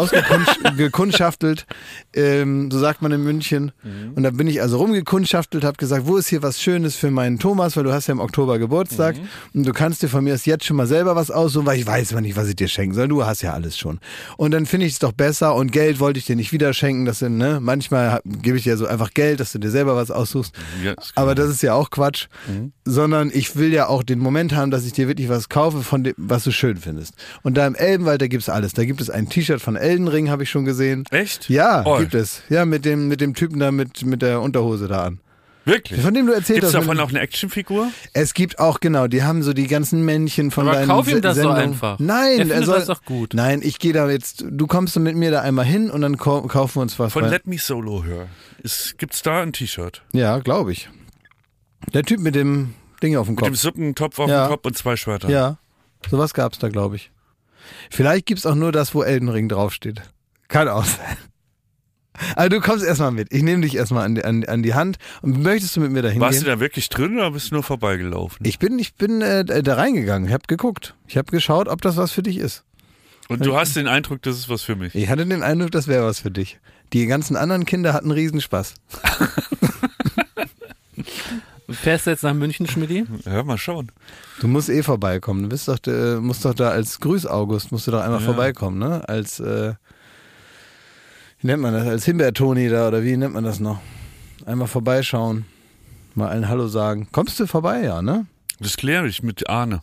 A: ausgekundschaftelt. ähm, so sagt man in München. Und da bin ich also rumgekundschaftelt, habe gesagt, wo ist hier was Schönes für meinen Thomas, weil du hast ja im Oktober Geburtstag und du kannst dir von mir aus jetzt schon mal selber was aussuchen, weil ich weiß immer nicht, was ich dir schenken soll. Du hast ja alles schon. Und dann finde ich es doch besser und Geld wollte ich dir nicht wieder schenken. Das sind, ne, manchmal ha- gebe ich dir so einfach Geld, dass du dir selber was aussuchst.
C: Ja, das kann
A: Aber das ist ja auch Quatsch, sondern ich will ja auch den Moment haben, dass ich dir wirklich was kaufe, von dem, was du schön findest. Und da im Elbenwald, da gibt's alles. Da gibt es ein T-Shirt von Elden Ring, habe ich schon gesehen.
C: Echt?
A: Ja,
C: Oh,
A: gibt es. Ja, mit dem, mit dem Typen da mit, mit der Unterhose da an.
C: Wirklich?
A: Von dem du erzählt
C: Gibt es
A: hast.
C: davon
A: mit-
C: auch eine Actionfigur?
A: Es gibt auch, genau, die haben so die ganzen Männchen von
B: Aber
A: deinen
B: kauf ihm
A: Se-
B: das doch
A: Sendungen.
B: einfach. Er
A: Nein,
B: findet
A: soll,
B: das doch gut.
A: Nein, ich gehe da jetzt, du kommst mit mir da einmal hin und dann ko- kaufen wir uns was.
C: Von
A: weil-
C: Let Me Solo Her. Gibt es da ein T-Shirt?
A: ja, glaube ich. Der Typ mit dem Ding auf dem
C: Mit
A: Kopf.
C: dem Suppentopf auf
A: Ja.
C: dem Kopf und zwei Schwertern.
A: Ja, sowas gab's da, glaube ich. Vielleicht gibt's auch nur das, wo Elden Ring draufsteht. Kann auch sein. Aber du kommst erstmal mit. Ich nehme dich erstmal an, die- an, an die Hand. Und möchtest du mit mir dahin
C: Warst
A: gehen?
C: du da wirklich drin oder bist du nur vorbeigelaufen?
A: Ich bin, ich bin äh, da reingegangen. Ich habe geguckt. Ich habe geschaut, ob das was für dich ist.
C: Und du hast den Eindruck, das ist was für mich.
A: Ich hatte den Eindruck, das wäre was für dich. Die ganzen anderen Kinder hatten Riesenspaß.
B: Fährst du jetzt nach München, Schmidti?
C: Ja, mal schauen.
A: Du musst eh vorbeikommen. Du bist doch, äh, musst doch da als Grüß August musst du doch einmal vorbeikommen, ne? Als äh, wie nennt man das? Als Himbeertoni da oder wie nennt man das noch? Einmal vorbeischauen, mal allen Hallo sagen. Kommst du vorbei, ja, ne?
C: Das kläre ich mit Arne.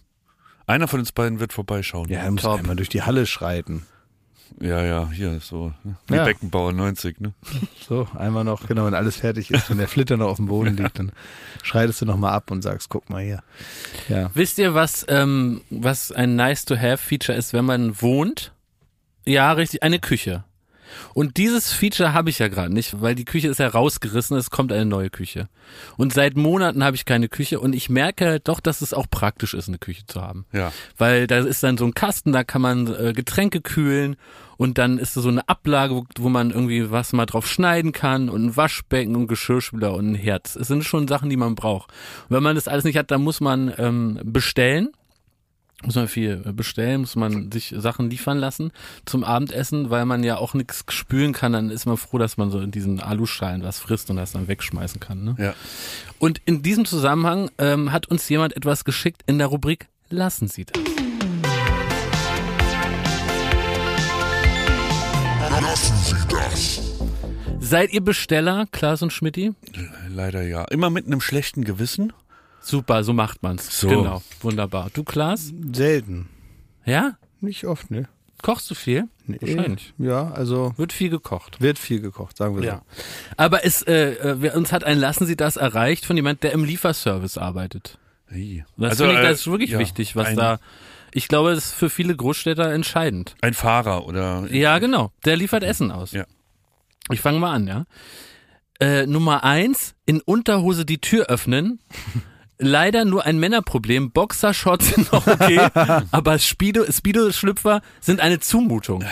C: Einer von uns beiden wird vorbeischauen.
A: Ja, du musst einmal durch die Halle schreiten.
C: ja, ja, hier so. ne? Wie
A: Ja.
C: Beckenbauer 90, ne?
A: So, einmal noch, genau, wenn alles fertig ist, wenn der Flitter noch auf dem Boden liegt, dann schreitest du noch mal ab und sagst, guck mal hier. Ja.
B: Wisst ihr, was, ähm, was ein Nice-to-Have-Feature ist, wenn man wohnt? Ja, richtig, eine Küche. Und dieses Feature habe ich ja gerade nicht, weil die Küche ist ja rausgerissen, es kommt eine neue Küche. Und seit Monaten habe ich keine Küche und ich merke halt doch, dass es auch praktisch ist, eine Küche zu haben.
C: Ja.
B: Weil da ist dann so ein Kasten, da kann man äh, Getränke kühlen und dann ist da so eine Ablage, wo, wo man irgendwie was mal drauf schneiden kann und ein Waschbecken und Geschirrspüler und ein Herz. Es sind schon Sachen, die man braucht. Und wenn man das alles nicht hat, dann muss man ähm, bestellen. Muss man viel äh, bestellen, muss man sich Sachen liefern lassen zum Abendessen, weil man ja auch nichts spülen kann, dann ist man froh, dass man so in diesen Aluschalen was frisst und das dann wegschmeißen kann. Ne?
C: Ja.
B: Und in diesem Zusammenhang ähm, hat uns jemand etwas geschickt in der Rubrik Lassen Sie das.
D: Lassen Sie das.
B: Seid ihr Besteller, Klaas und Schmidti?
C: Leider ja. Immer mit einem schlechten Gewissen.
B: Super, so macht man's.
C: So.
B: Genau, wunderbar. Du, Klaas?
A: Selten.
B: Ja?
A: Nicht oft, ne?
B: Kochst du viel?
A: Nee.
B: Wahrscheinlich.
A: Ja, also
B: Wird viel gekocht.
A: wird viel gekocht, sagen wir so.
B: Ja. Aber es, äh, äh, wir- uns hat ein Lassen Sie das erreicht von jemand, der im Lieferservice arbeitet.
C: Hi.
B: Das finde ich,
C: äh,
B: das ist wirklich
C: ja,
B: wichtig, was
C: ein,
B: da. Ich glaube, das ist für viele Großstädter entscheidend.
C: Ein Fahrer oder.
B: Ja, genau. Der liefert Essen aus.
C: Ja.
B: Ich fange mal an, ja. Äh, Nummer eins, in Unterhose die Tür öffnen. Leider nur ein Männerproblem. Boxershorts sind noch okay, aber Speedo- Speedo-Schlüpfer sind eine Zumutung.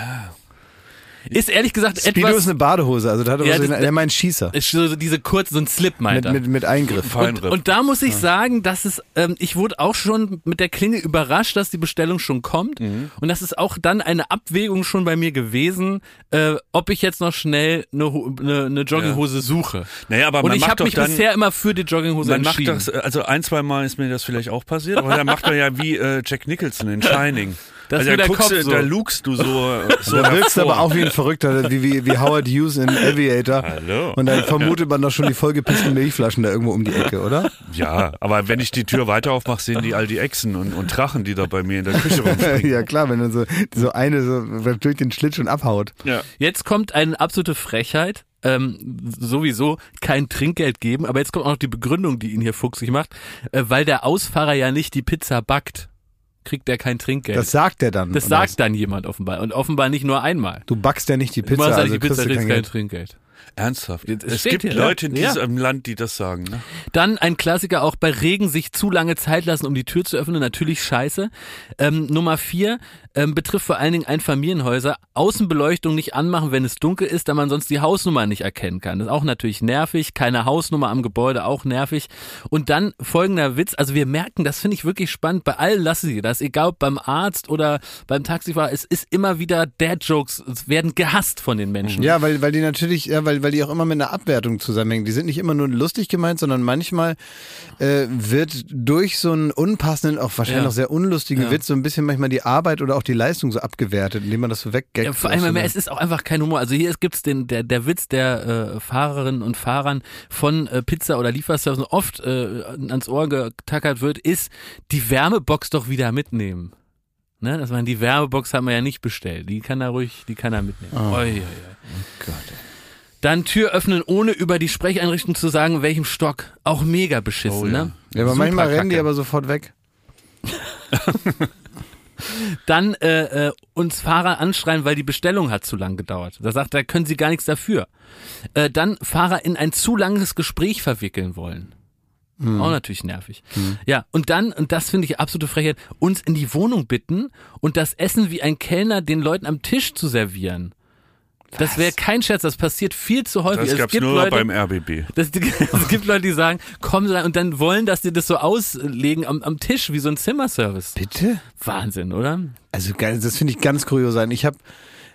B: Ist ehrlich gesagt
A: Speedo
B: etwas.
A: ist eine Badehose, also da hat er
B: Ja,
A: was in-
B: das-
A: er meint Schießer.
B: ist so so diese kurze, so ein Slip, meint
A: Mit,
B: er.
A: mit, mit Eingriff.
B: Und, und da muss ich sagen, dass es, ähm, ich wurde auch schon mit der Klinge überrascht, dass die Bestellung schon kommt.
C: Mhm.
B: Und das ist auch dann eine Abwägung schon bei mir gewesen, äh, ob ich jetzt noch schnell eine, Ho- eine, eine Jogginghose suche.
C: Naja, aber
B: Und
C: man
B: ich
C: macht
B: habe
C: doch
B: mich
C: dann-
B: bisher immer für die Jogginghose
C: Man macht
B: entschieden.
C: das, also ein, zwei Mal ist mir das vielleicht auch passiert, aber dann macht man ja wie äh, Jack Nicholson in Shining.
B: Das
C: also
B: ist nur
C: da,
B: der
C: guckst
B: Kopf
C: du,
B: so.
C: da lugst du so, äh, so
A: Da wirkst du
C: hervor.
A: aber auch wie ein Verrückter, wie, wie, wie Howard Hughes in Aviator.
C: Hallo.
A: Und dann vermutet man doch schon die vollgepissten Milchflaschen da irgendwo um die Ecke, oder?
C: Ja, aber wenn ich die Tür weiter aufmache, sehen die all die Echsen und, und Drachen, die da bei mir in der Küche rumspringen.
A: ja klar, wenn dann so, so eine so durch den Schlitz und abhaut.
C: ja.
B: Jetzt kommt eine absolute Frechheit. Ähm, sowieso kein Trinkgeld geben, aber jetzt kommt auch noch die Begründung, die ihn hier fuchsig macht, äh, weil der Ausfahrer ja nicht die Pizza backt, kriegt er kein Trinkgeld.
A: Das sagt er dann.
B: das
A: Und
B: sagt dann jemand offenbar und offenbar nicht nur einmal.
A: Du backst ja nicht die Pizza,
B: du machst ja
A: also
B: nicht die Pizza,
A: kriegst du
B: kriegst
A: kein
B: kein
A: Geld.
B: Trinkgeld.
C: Ernsthaft.
B: Es
C: Es
B: steht
C: gibt
B: hier, ne?
C: Leute in
B: Ja.
C: diesem Land, die das sagen. Ne?
B: Dann ein Klassiker auch bei Regen sich zu lange Zeit lassen, um die Tür zu öffnen. Natürlich scheiße. Ähm, Nummer vier ähm, betrifft vor allen Dingen Einfamilienhäuser. Außenbeleuchtung nicht anmachen, wenn es dunkel ist, da man sonst die Hausnummer nicht erkennen kann. Das ist auch natürlich nervig. Keine Hausnummer am Gebäude, auch nervig. Und dann folgender Witz. Also wir merken, das finde ich wirklich spannend. Bei allen lassen sie das. Egal ob beim Arzt oder beim Taxifahrer. Es ist immer wieder Dad-Jokes. Es werden gehasst von den Menschen.
A: Ja, weil, weil die natürlich, ja, weil, weil die auch immer mit einer Abwertung zusammenhängen. Die sind nicht immer nur lustig gemeint, sondern manchmal äh, wird durch so einen unpassenden, auch wahrscheinlich
B: Ja.
A: auch sehr unlustigen Witz so ein bisschen manchmal die Arbeit oder auch die Leistung so abgewertet, indem man das so weggeckt.
B: Ja, vor allem, weil es ist auch einfach kein Humor. Also hier ist- gibt's den der, der Witz der äh, Fahrerinnen und Fahrern von äh, Pizza oder Lieferservice oft äh, ans Ohr getackert wird, ist die Wärmebox doch wieder mitnehmen. Ne? Dass man die Wärmebox haben wir ja nicht bestellt. Die kann er ruhig, die kann er mitnehmen.
A: Ah.
B: Oi, oi, oi.
A: Oh
B: Dann Tür öffnen, ohne über die Sprecheinrichtung zu sagen, welchem Stock. Auch mega beschissen, ne?
A: Oh ja, aber
B: Super
A: manchmal rennen die
B: Kacke.
A: aber sofort weg.
B: dann äh, äh, uns Fahrer anschreien, weil die Bestellung hat zu lang gedauert. Da sagt er, können Sie gar nichts dafür. Äh, dann Fahrer in ein zu langes Gespräch verwickeln wollen.
C: Hm.
B: Auch natürlich nervig. Ja, und dann, und das finde ich absolute Frechheit, uns in die Wohnung bitten und das Essen wie ein Kellner den Leuten am Tisch zu servieren. Das wäre kein Scherz, das passiert viel zu häufig.
C: Das
B: es
C: gab's
B: gibt
C: nur
B: Leute,
C: beim RBB.
B: das, es gibt Leute, die sagen, komm rein und dann wollen, dass die das so auslegen am, am Tisch, wie so ein Zimmerservice.
A: Bitte?
B: Wahnsinn, oder?
A: Also geil, das finde ich ganz kurios sein. Ich habe,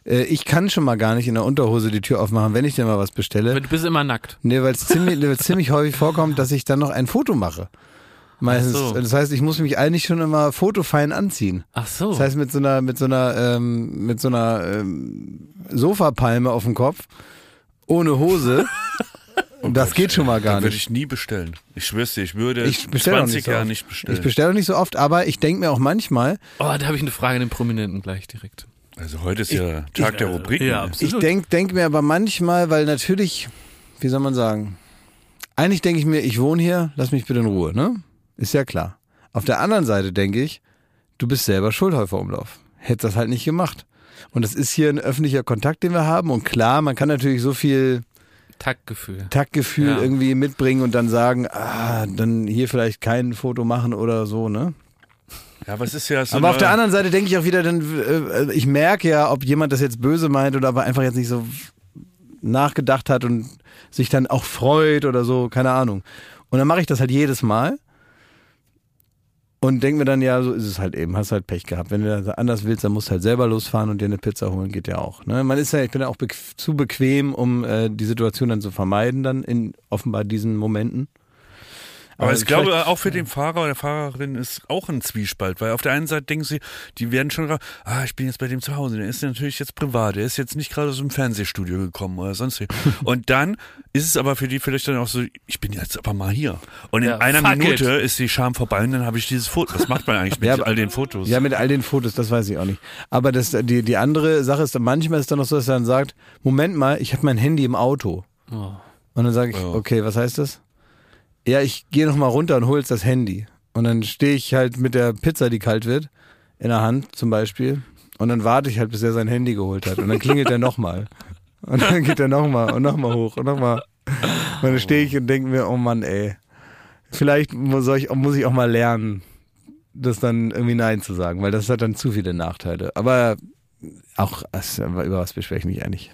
A: äh, ich kann schon mal gar nicht in der Unterhose die Tür aufmachen, wenn ich denn mal was bestelle.
B: Du bist immer nackt.
A: Nee, weil es ziemlich, weil's ziemlich häufig vorkommt, dass ich dann noch ein Foto mache. Meistens.
B: Ach so.
A: Das heißt, ich muss mich eigentlich schon immer fotofein anziehen.
B: Ach so.
C: Oh.
A: Das heißt, mit so einer, mit so einer, ähm, mit so einer ähm, Sofapalme auf dem Kopf, ohne Hose. das geht schon mal gar
C: Oh Dann würde
A: nicht.
C: ich nie bestellen. Ich schwör's dir, ich würde
A: Ich bestelle auch
C: 20
A: nicht so
C: Jahre
A: oft.
C: nicht bestellen.
A: Ich bestelle auch nicht so oft, aber ich denke mir auch manchmal,
B: oh, da habe ich eine Frage an den Prominenten gleich direkt.
C: also heute ist ja Tag der Rubriken.
B: ja,
C: ne?
A: Ich denke denk mir aber manchmal, weil natürlich, wie soll man sagen, eigentlich denke ich mir, ich wohne hier, lass mich bitte in Ruhe, ne? Ist ja klar. Auf der anderen Seite denke ich, du bist selber Schuldhäuferumlauf. Hättest das halt nicht gemacht. Und das ist hier ein öffentlicher Kontakt, den wir haben. Und klar, man kann natürlich so viel
B: Taktgefühl.
A: Taktgefühl
B: Ja.
A: irgendwie mitbringen und dann sagen, ah, dann hier vielleicht kein Foto machen oder so, ne?
C: ja, aber es ist ja so
A: aber auf
C: eine-
A: der anderen Seite denke ich auch wieder, dann, äh, ich merke ja, ob jemand das jetzt böse meint oder aber einfach jetzt nicht so nachgedacht hat und sich dann auch freut oder so, keine Ahnung. Und dann mache ich das halt jedes Mal und denke mir dann, ja, so ist es halt eben, hast halt Pech gehabt. Wenn du das anders willst, dann musst du halt selber losfahren und dir eine Pizza holen, geht ja auch. Ne? Man ist ja, ich bin ja auch bequ zu bequem, um äh, die Situation dann zu vermeiden, dann in offenbar diesen Momenten. Also
C: Aber ich
A: vielleicht-
C: glaube, auch für den Fahrer oder Fahrerin ist auch ein Zwiespalt, weil auf der einen Seite denken sie, die werden schon, ra- ah, ich bin jetzt bei dem zu Hause, der ist natürlich jetzt privat, der ist jetzt nicht gerade aus dem Fernsehstudio gekommen oder sonst wie. Und dann ist es aber für die vielleicht dann auch so, ich bin jetzt aber mal hier. Und in
B: Ja,
C: einer
B: fuck
C: Minute ist die Scham vorbei und dann habe ich dieses Foto. Was macht man eigentlich mit
A: Ja, aber-
C: all den Fotos?
A: Ja, mit all den Fotos, das weiß ich auch nicht. Aber das, die, die andere Sache ist, dann manchmal ist dann noch so, dass er dann sagt, Moment mal, ich habe mein Handy im Auto.
B: Oh.
A: Und dann sage ich, okay, was heißt das? Ja, ich gehe nochmal runter und hol's das Handy. Und dann stehe ich halt mit der Pizza, die kalt wird, in der Hand zum Beispiel. Und dann warte ich halt, bis er sein Handy geholt hat. Und dann klingelt er nochmal. Und dann geht er nochmal und nochmal hoch und nochmal. Und dann stehe ich und denke mir, oh Mann, ey, vielleicht muss ich, muss ich auch mal lernen, das dann irgendwie Nein zu sagen, weil das hat dann zu viele Nachteile. Aber auch, also, über was bespreche ich mich eigentlich?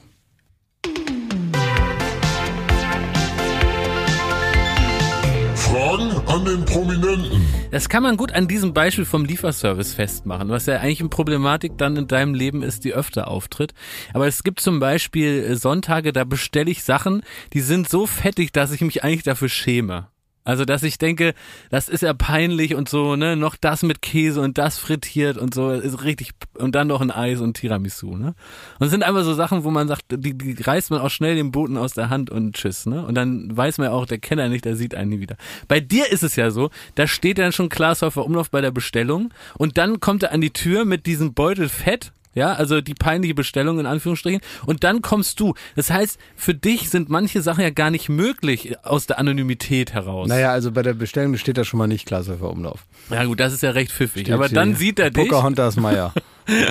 D: Fragen an den Prominenten.
B: Das kann man gut an diesem Beispiel vom Lieferservice festmachen, was ja eigentlich eine Problematik dann in deinem Leben ist, die öfter auftritt. Aber es gibt zum Beispiel äh, Sonntage, da bestelle ich Sachen, die sind so fettig, dass ich mich eigentlich dafür schäme. Also, dass ich denke, das ist ja peinlich und so, ne, noch das mit Käse und das frittiert und so, ist richtig, und dann noch ein Eis und Tiramisu, ne. Und es sind einfach so Sachen, wo man sagt, die, die reißt man auch schnell den Boten aus der Hand und tschüss, ne. Und dann weiß man ja auch, der Kenner nicht, der sieht einen nie wieder. Bei dir ist es ja so, da steht dann schon Glashäufer Umlauf bei der Bestellung und dann kommt er an die Tür mit diesem Beutel Fett ja, also die peinliche Bestellung in Anführungsstrichen. Und dann kommst du. Das heißt, für dich sind manche Sachen ja gar nicht möglich aus der Anonymität heraus.
A: Naja, also bei der Bestellung steht da schon mal nicht Glashäufer Umlauf.
B: Ja gut, das ist ja recht pfiffig. Aber dann sieht er dich
A: Pocahontas Meier.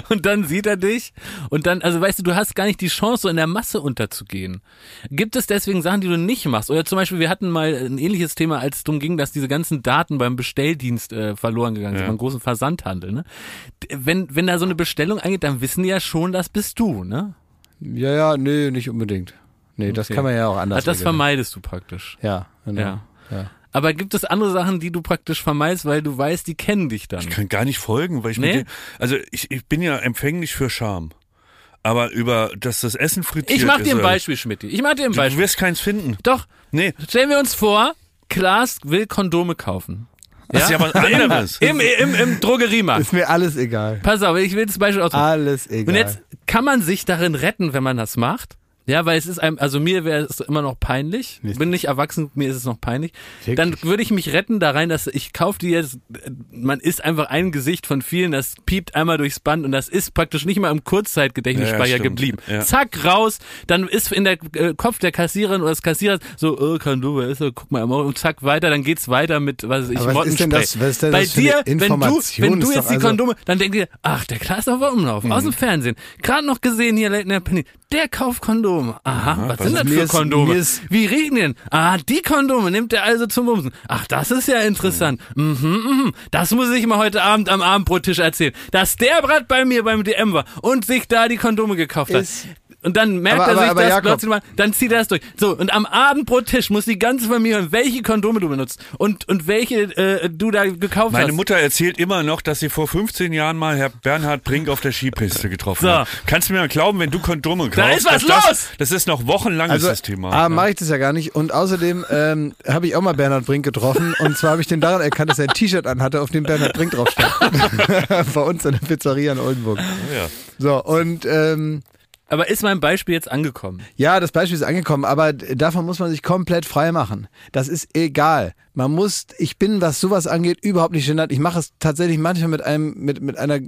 B: und dann sieht er dich und dann, also weißt du, du hast gar nicht die Chance, so in der Masse unterzugehen. Gibt es deswegen Sachen, die du nicht machst? Oder zum Beispiel, wir hatten mal ein ähnliches Thema, als es darum ging, dass diese ganzen Daten beim Bestelldienst äh, verloren gegangen sind, beim großen Versandhandel. Ne? D- Wenn, wenn da so eine Bestellung eingeht, dann wissen die ja schon, das bist du, ne?
A: ja, ja, nee, nicht unbedingt. Nee, das
B: Okay.
A: kann man ja auch anders
B: Also das
A: regeln.
B: vermeidest du praktisch.
A: Ja, genau.
B: Ja.
A: ja.
B: Aber gibt es andere Sachen, die du praktisch vermeidest, weil du weißt, die kennen dich dann?
C: Ich kann gar nicht folgen, weil ich
B: Nee?
C: mit dem, also ich, ich bin ja empfänglich für Scham. Aber über, dass das Essen frittiert
B: Ich mach dir
C: ist,
B: ein
C: äh,
B: Beispiel, Schmidti. Ich mach dir ein
C: Du, du
B: Beispiel.
C: wirst keins finden.
B: Doch,
C: Nee,
B: stellen wir uns vor, Klaas will Kondome kaufen.
C: das ist ja was anderes.
B: Im, im, im Drogeriemarkt.
A: Ist mir alles egal.
B: Pass auf, ich will das Beispiel ausdrücken.
A: Alles egal.
B: Und jetzt kann man sich darin retten, wenn man das macht. Ja, weil es ist einem, also mir wäre es immer noch peinlich. Ich bin nicht erwachsen, mir ist es noch peinlich. Dann würde ich mich retten da rein, dass ich kaufe die jetzt, man ist einfach ein Gesicht von vielen, das piept einmal durchs Band und das ist praktisch nicht mal im Kurzzeitgedächtnisspeicher
C: Ja, ja, stimmt.
B: geblieben.
C: Ja.
B: Zack, raus, dann ist in der äh, Kopf der Kassiererin oder des Kassierers so, oh, kann du, wer ist er? guck mal, am Morgen. und zack, weiter, dann geht's weiter mit, was weiß ich,
A: Aber was ist denn
B: Mottenspray.
A: das- was ist denn
B: Bei
A: das für
B: dir,
A: eine
B: wenn du,
A: Information?
B: wenn du
A: Ist
B: jetzt
A: doch
B: die
A: also-
B: Kondome Dumme, dann denkt ihr, ach, der Klaas auf Umlauf,
A: Mhm.
B: aus dem Fernsehen. Gerade noch gesehen hier, Late Night Penny. Der kauft Kondome. Aha, was, sind das
A: mir
B: für
A: ist-
B: Kondome?
A: mir ist-
B: Wie reden denn? Ah, die Kondome nimmt er also zum Bumsen. Ach, das ist ja interessant. Mhm, mhm. Das muss ich mal heute Abend am Abendbrottisch erzählen. Dass der Brat bei mir beim DM war und sich da die Kondome gekauft hat.
A: Ist-
B: und dann merkt
A: Aber-
B: er
A: aber-
B: sich
A: aber
B: das
A: Jakob.
B: plötzlich mal, dann zieht er das durch. So, und am Abendbrottisch muss die ganze Familie hören, welche Kondome du benutzt und, und welche äh, du da gekauft hast.
C: Meine Mutter erzählt immer noch, dass sie vor 15 Jahren mal Herr Bernhard Brink auf der Skipiste getroffen
B: So.
C: hat. Kannst du mir mal glauben, wenn du Kondome kaufst?
B: Da ist was
C: dass das,
B: los!
C: Das ist noch wochenlang ist das Thema.
A: Ah, mache ich das ja gar nicht. Und außerdem ähm, habe ich auch mal Bernhard Brink getroffen. Und zwar habe ich den daran erkannt, dass er ein T-Shirt anhatte, auf dem Bernhard Brink drauf stand. Bei uns in der Pizzeria in Oldenburg.
C: ja.
A: So, und ähm,
B: Aber ist mein Beispiel jetzt angekommen?
A: ja, das Beispiel ist angekommen, aber d- davon muss man sich komplett frei machen. Das ist egal. Man muss, ich bin, was sowas angeht, überhaupt nicht genannt. Ich mache es tatsächlich manchmal mit einem, mit, mit einer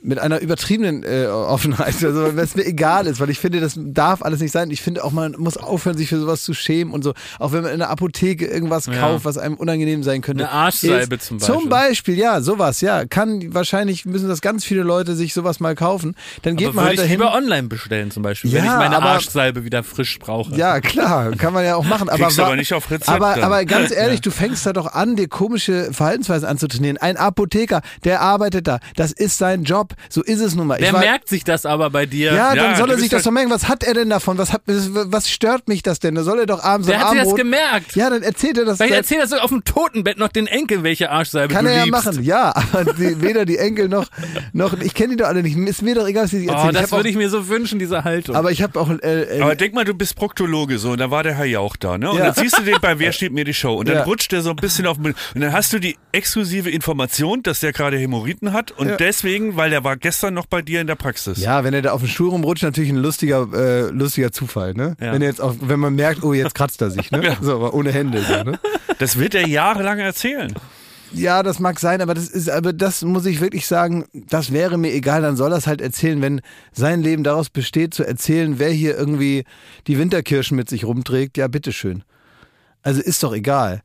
A: mit einer übertriebenen äh, Offenheit, also wenn es mir egal ist, weil ich finde, das darf alles nicht sein. Ich finde auch, man muss aufhören, sich für sowas zu schämen und so. Auch wenn man in der Apotheke irgendwas kauft, was einem unangenehm sein könnte.
B: Eine Arschsalbe
A: ist-
B: zum Beispiel.
A: Zum Beispiel, ja, sowas, ja. Kann, wahrscheinlich müssen das ganz viele Leute sich sowas mal kaufen. Dann geht
B: Aber
A: man
B: würde
A: halt dahin.
B: ich lieber online bestellen zum Beispiel, wenn ich
A: Ja,
B: meine
A: aber-
B: Arschsalbe wieder frisch brauche.
A: Ja, klar, kann man ja auch machen. Aber,
C: Kriegst aber
A: wa-
C: nicht auf Rezept
A: Aber,
C: dann.
A: aber ganz ehrlich, du fängst da doch an, dir komische Verhaltensweisen anzutrainieren. Ein Apotheker, der arbeitet da. Das ist sein Job. So ist es nun mal. Ich
B: Wer
A: war-
B: merkt sich das aber bei dir?
A: ja,
C: Ja,
A: dann soll
C: du
A: er sich
C: bist
A: das
C: halt-
A: doch merken. Was hat er denn davon? Was, hat, was stört mich das denn? Da soll er doch abends
B: Wer
A: am
B: hat sich das
A: Abendbrot-
B: gemerkt?
A: Ja, dann erzählt er das.
B: Weil ich
A: dann-
B: erzähle das so auf dem Totenbett noch den Enkel, welche Arschsalbe
A: kann
B: du
A: er ja
B: liebst.
A: machen, ja, aber die, weder die Enkel noch, noch ich kenne die doch alle nicht. Ist mir doch egal, was die sich
B: Oh,
A: erzählen.
B: das
A: hab
B: würde
A: auch,
B: ich mir so wünschen, diese Haltung.
A: aber ich habe auch äh, äh,
C: Aber denk mal, du bist Proktologe so und da war der Herr Jauch da, ne? Und
A: Ja.
C: dann siehst du den bei Wer steht mir die Show und dann
A: Ja.
C: rutscht der so ein bisschen auf den Müll. und dann hast du die exklusive Information, dass der gerade Hämorrhoiden hat und deswegen, weil der war gestern noch bei dir in der Praxis.
A: Ja, wenn er da auf den Stuhl rumrutscht, natürlich ein lustiger, äh, lustiger Zufall, ne? Wenn er jetzt auch, wenn man merkt, oh, jetzt kratzt er sich, ne? So, aber ohne Hände, so, ne?
C: Das wird er jahrelang erzählen.
A: Ja, das mag sein, aber das ist, aber das muss ich wirklich sagen, das wäre mir egal, dann soll er es halt erzählen, wenn sein Leben daraus besteht, zu erzählen, wer hier irgendwie die Winterkirschen mit sich rumträgt, ja, bitteschön. Also ist doch egal.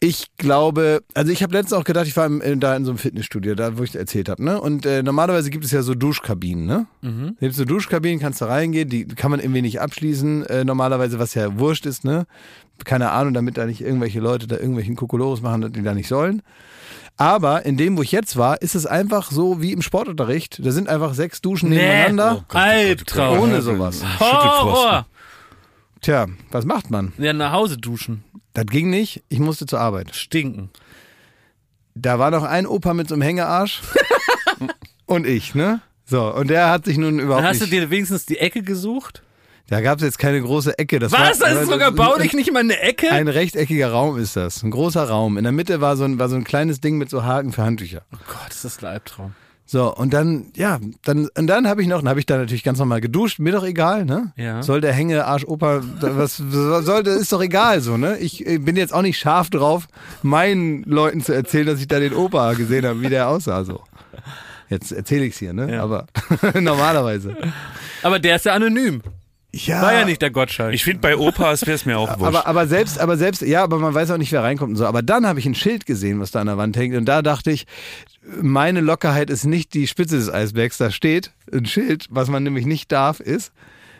A: Ich glaube, also ich habe letztens auch gedacht, ich war im, äh, da in so einem Fitnessstudio, da wo ich erzählt habe, ne? Und äh, normalerweise gibt es ja so Duschkabinen, ne? Mhm. Gibt so Duschkabinen, kannst da reingehen, die kann man irgendwie nicht abschließen, äh, normalerweise, was ja wurscht ist, ne? Keine Ahnung, damit da nicht irgendwelche Leute da irgendwelchen Kokolores machen, die da nicht sollen. Aber in dem, wo ich jetzt war, ist es einfach so wie im Sportunterricht. Da sind einfach sechs Duschen nebeneinander.
B: Albtraum. Ah,
A: Ohne sowas.
B: Horror.
A: Tja, was macht man?
B: Ja, nach Hause duschen.
A: Das ging nicht. Ich musste zur Arbeit.
B: Stinken.
A: da war noch ein Opa mit so einem Hängearsch und ich, ne? So, und der hat sich nun überhaupt
B: Dann hast du
A: nicht,
B: dir wenigstens die Ecke gesucht?
A: da gab es jetzt keine große Ecke. Das
B: Was?
A: War,
B: Das ist sogar baulich nicht mal eine Ecke?
A: Ein rechteckiger Raum ist das, ein großer Raum. In der Mitte war so ein, war so ein kleines Ding mit so Haken für Handtücher.
B: oh Gott, ist das ein Albtraum.
A: So, und dann, ja, dann, und dann habe ich noch, dann habe ich da natürlich ganz normal geduscht, mir doch egal, ne?
B: Ja.
A: Soll der Hängearsch-Opa, da- was was soll, das ist doch egal so, ne? Ich äh, bin jetzt auch nicht scharf drauf, meinen Leuten zu erzählen, dass ich da den Opa gesehen habe, wie der aussah so. Jetzt erzähle ich's hier, ne?
B: Ja.
A: Aber normalerweise.
B: Aber der ist ja anonym.
A: Ja.
B: War ja nicht der Gottschalk.
C: Ich finde, bei Opas wäre es mir auch wurscht.
A: Aber, aber selbst, aber selbst, ja, aber man weiß auch nicht, wer reinkommt und so. Aber dann habe ich ein Schild gesehen, was da an der Wand hängt. Und da dachte ich, meine Lockerheit ist nicht die Spitze des Eisbergs. Da steht ein Schild, was man nämlich nicht darf, ist,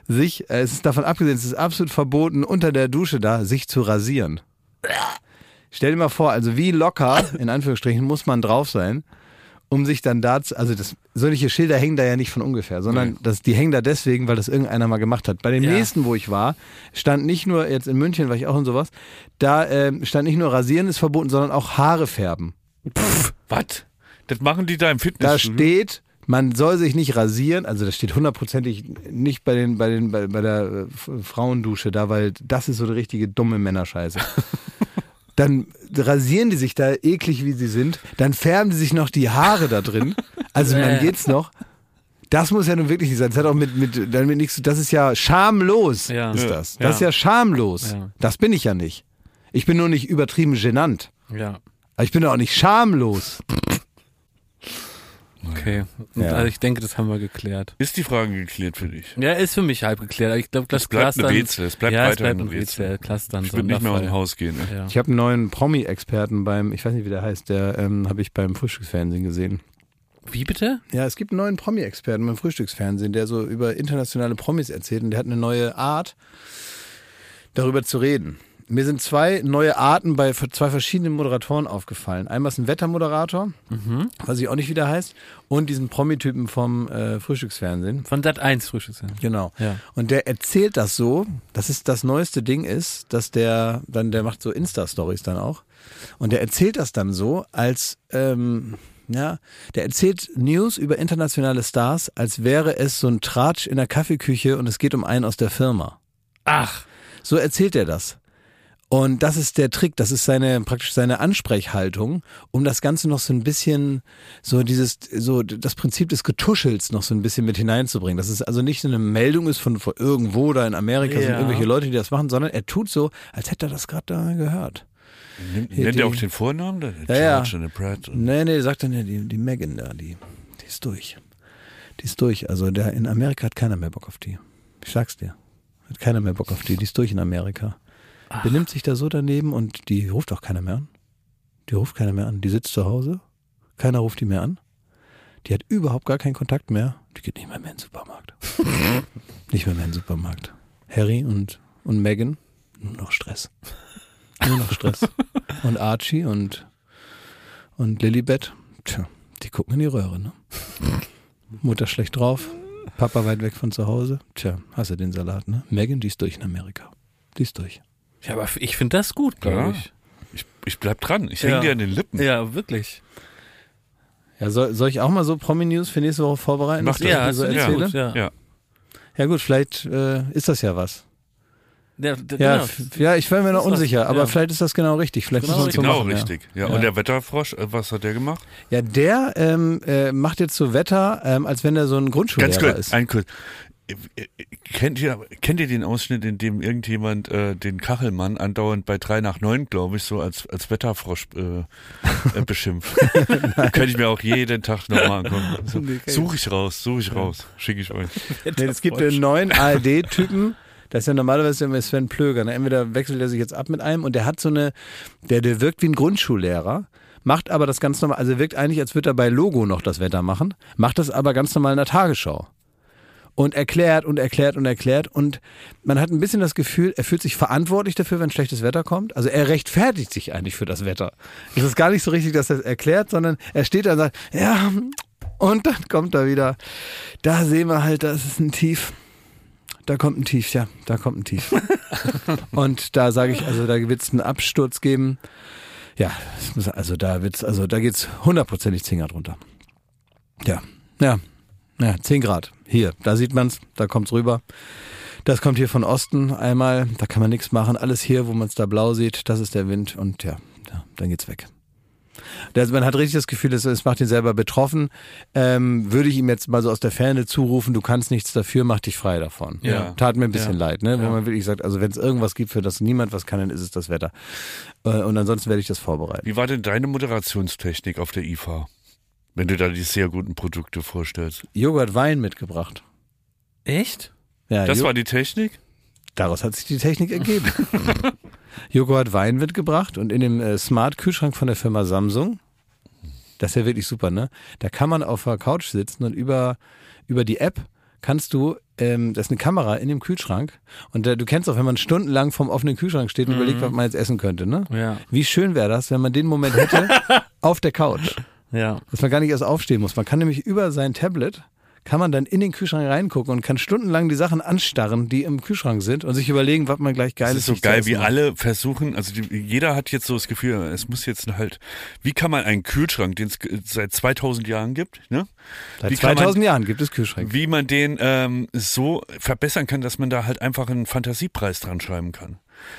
A: sich, äh, es ist davon abgesehen, es ist absolut verboten, unter der Dusche da, sich zu rasieren. Stell dir mal vor, also wie locker, in Anführungsstrichen, muss man drauf sein, um sich dann dazu, also das, solche Schilder hängen da ja nicht von ungefähr, sondern das, die hängen da deswegen, weil das irgendeiner mal gemacht hat. Bei dem
B: Ja.
A: nächsten, wo ich war, stand nicht nur, jetzt in München war ich auch und sowas, da ähm, stand nicht nur Rasieren ist verboten, sondern auch Haare färben.
C: Was? Das machen die da im Fitness.
B: mhm.
A: Da steht, man soll sich nicht rasieren, also das steht hundertprozentig nicht bei den, bei den, bei, bei der äh, F- Frauendusche da, weil das ist so eine richtige dumme Männerscheiße. Dann rasieren die sich da eklig, wie sie sind. Dann färben die sich noch die Haare da drin. Also man geht's noch. Das muss ja nun wirklich nicht sein. Das hat auch mit, mit, damit nichts, zu- das ist ja schamlos,
B: Ja.
A: ist das. Das
B: Ja.
A: ist ja schamlos.
B: Ja.
A: Das bin ich ja nicht. Ich bin nur nicht übertrieben genannt.
B: ja.
A: Aber ich bin auch nicht schamlos.
B: Okay. Und
A: Ja.
B: Also ich denke, das haben wir geklärt.
C: Ist die Frage geklärt für dich?
B: Ja, ist für mich halb geklärt. Aber ich glaube, das
C: bleibt
B: Clustern-
C: eine Rätsel, es bleibt
B: ja, es
C: weiterhin
B: bleibt ein
C: ein Rätsel.
B: Rätsel. Clustern
C: Ich würde nicht mehr aus dem Haus gehen. Ne?
B: Ja.
A: Ich habe einen neuen Promi-Experten beim, ich weiß nicht, wie der heißt, der ähm, habe ich beim Frühstücksfernsehen gesehen.
B: Wie bitte?
A: Ja, es gibt einen neuen Promi-Experten beim Frühstücksfernsehen, der so über internationale Promis erzählt und der hat eine neue Art, darüber zu reden. Mir sind zwei neue Arten bei v- zwei verschiedenen Moderatoren aufgefallen. Einmal ist ein Wettermoderator, weiß ich auch nicht, wie der heißt, und diesen Promi-Typen vom äh, Frühstücksfernsehen.
B: Von Sat 1 Frühstücksfernsehen.
A: Genau.
B: Ja.
A: Und der erzählt das so, dass es das neueste Ding ist, dass der dann, der macht so Insta-Stories dann auch. Und der erzählt das dann so, als, ähm, ja, der erzählt News über internationale Stars, als wäre es so ein Tratsch in der Kaffeeküche und es geht um einen aus der Firma.
B: Ach,
A: So erzählt er das. Und das ist der Trick, das ist seine praktisch seine Ansprechhaltung, um das Ganze noch so ein bisschen so dieses so das Prinzip des Getuschels noch so ein bisschen mit hineinzubringen. Dass es also nicht so eine Meldung ist von, von irgendwo da in Amerika sind
B: Ja.
A: irgendwelche Leute, die das machen, sondern er tut so, als hätte er das gerade da gehört.
C: Nennt
A: die-
C: ihr auch den Vornamen? dann?
A: Ja, ja.
C: George und Brad. Und
A: Nee, nee, sagt er, nee, die, die Megan da, die, die ist durch. Die ist durch. Also der, in Amerika hat keiner mehr Bock auf die. Ich sag's dir. Hat keiner mehr Bock auf die. Die ist durch in Amerika. Benimmt sich da so daneben und die ruft auch keiner mehr an. Die ruft keiner mehr an. Die sitzt zu Hause. Keiner ruft die mehr an. Die hat überhaupt gar keinen Kontakt mehr. Die geht nicht mehr, mehr in den Supermarkt. nicht mehr, mehr in den Supermarkt. Harry und, und Megan, nur noch Stress. Nur noch Stress. und Archie und und Lilibet, tja, die gucken in die Röhre, ne? Mutter schlecht drauf, Papa weit weg von zu Hause. Tja, hast du den Salat, ne? Megan, die ist durch in Amerika. Die ist durch.
B: ja, aber ich finde das gut,
C: Ja.
B: glaube ich.
C: Ich, ich bleib dran. Ich
B: Ja.
C: hänge dir an den Lippen.
B: Ja, wirklich.
A: Ja, soll, soll ich auch mal so Promi-News für nächste Woche vorbereiten?
C: Mach
A: dass ich
B: das.
A: mir so
B: Ja, das
A: erzähle?
B: ist gut, ja.
C: ja.
A: ja gut, vielleicht äh, ist das ja was.
B: Ja, d-
A: Ja,
B: genau.
A: f- ja ich war mir noch
B: ist was,
A: unsicher, aber
B: ja.
A: vielleicht ist das genau richtig. Vielleicht
B: Genau
A: müssen wir es so
C: Genau,
A: machen, ja.
C: richtig. Ja. Und der Wetterfrosch, äh, was hat der gemacht?
B: Genau
A: Ja, der ähm, äh, macht jetzt so Wetter, ähm, als wenn er so ein
C: Ganz
A: Grundschullehrer
C: kurz,
A: ist.
C: ein kurz. Äh, äh, Kennt ihr, kennt ihr den Ausschnitt, in dem irgendjemand äh, den Kachelmann andauernd bei drei nach neun, glaube ich, so als, als Wetterfrosch äh, äh, beschimpft? Könnte ich mir auch jeden Tag nochmal angucken. So, suche ich raus, suche ich raus, schicke ich euch.
A: Nee, es gibt einen neuen ARD-Typen. Das ist ja normalerweise immer Sven Plöger. Ne? Entweder wechselt er sich jetzt ab mit einem und der hat so eine, der, der wirkt wie ein Grundschullehrer, macht aber das ganz normal, also wirkt eigentlich, als würde er bei Logo noch das Wetter machen, macht das aber ganz normal in der Tagesschau. Und erklärt und erklärt und erklärt. Und man hat ein bisschen das Gefühl, er fühlt sich verantwortlich dafür, wenn schlechtes Wetter kommt. Also er rechtfertigt sich eigentlich für das Wetter. Es ist gar nicht so richtig, dass er es erklärt, sondern er steht da und sagt, ja, und dann kommt er wieder. Da sehen wir halt, das ist ein Tief. Da kommt ein Tief, ja, da kommt ein Tief. und da sage ich, also da wird es einen Absturz geben. Ja, es muss- also da wird's, also da geht's hundertprozentig 10 Grad runter. Ja, ja, ja, 10 Grad. Hier, da sieht man's, da kommt's rüber. Das kommt hier von Osten einmal, da kann man nichts machen. Alles hier, wo man es da blau sieht, das ist der Wind und ja, ja dann geht's weg. Also man hat richtig das Gefühl, es- es macht ihn selber betroffen. Ähm, würde ich ihm jetzt mal so aus der Ferne zurufen, du kannst nichts dafür, mach dich frei davon.
C: Ja.
A: Tat mir ein bisschen leid, ne? wenn man wirklich sagt, also wenn es irgendwas gibt, für das niemand was kann, dann ist es das Wetter. Äh, und ansonsten werde ich das vorbereiten.
C: Wie war denn deine Moderationstechnik auf der IFA? Wenn du da die sehr guten Produkte vorstellst.
A: Joghurt Wein mitgebracht.
B: Echt?
A: Ja,
C: Das
A: Jo-
C: war die Technik?
A: daraus hat sich die Technik ergeben. Joghurt Wein wird gebracht und in dem äh, Smart Kühlschrank von der Firma Samsung, das ist ja wirklich super, ne? Da kann man auf der Couch sitzen und über, über die App kannst du, ähm, das ist eine Kamera in dem Kühlschrank und äh, du kennst auch, wenn man stundenlang vorm offenen Kühlschrank steht und
C: Mhm.
A: überlegt, was man jetzt essen könnte, ne?
B: Ja.
A: Wie schön wäre das, wenn man den Moment hätte auf der Couch
B: Ja.
A: dass man gar nicht erst aufstehen muss. Man kann nämlich über sein Tablet kann man dann in den Kühlschrank reingucken und kann stundenlang die Sachen anstarren, die im Kühlschrank sind und sich überlegen, was man gleich
C: Das
A: geiles
C: ist so
A: sich zu
C: geil,
A: essen
C: wie
A: macht.
C: alle versuchen, also die, jeder hat jetzt so das Gefühl, es muss jetzt halt, wie kann man einen Kühlschrank, den es ge- seit 2000 Jahren gibt, ne? wie
A: Seit
C: kann man-
A: 2000 Jahren gibt es Kühlschränke.
C: wie man den ähm, so verbessern kann, dass man da halt einfach einen Fantasiepreis dran schreiben kann.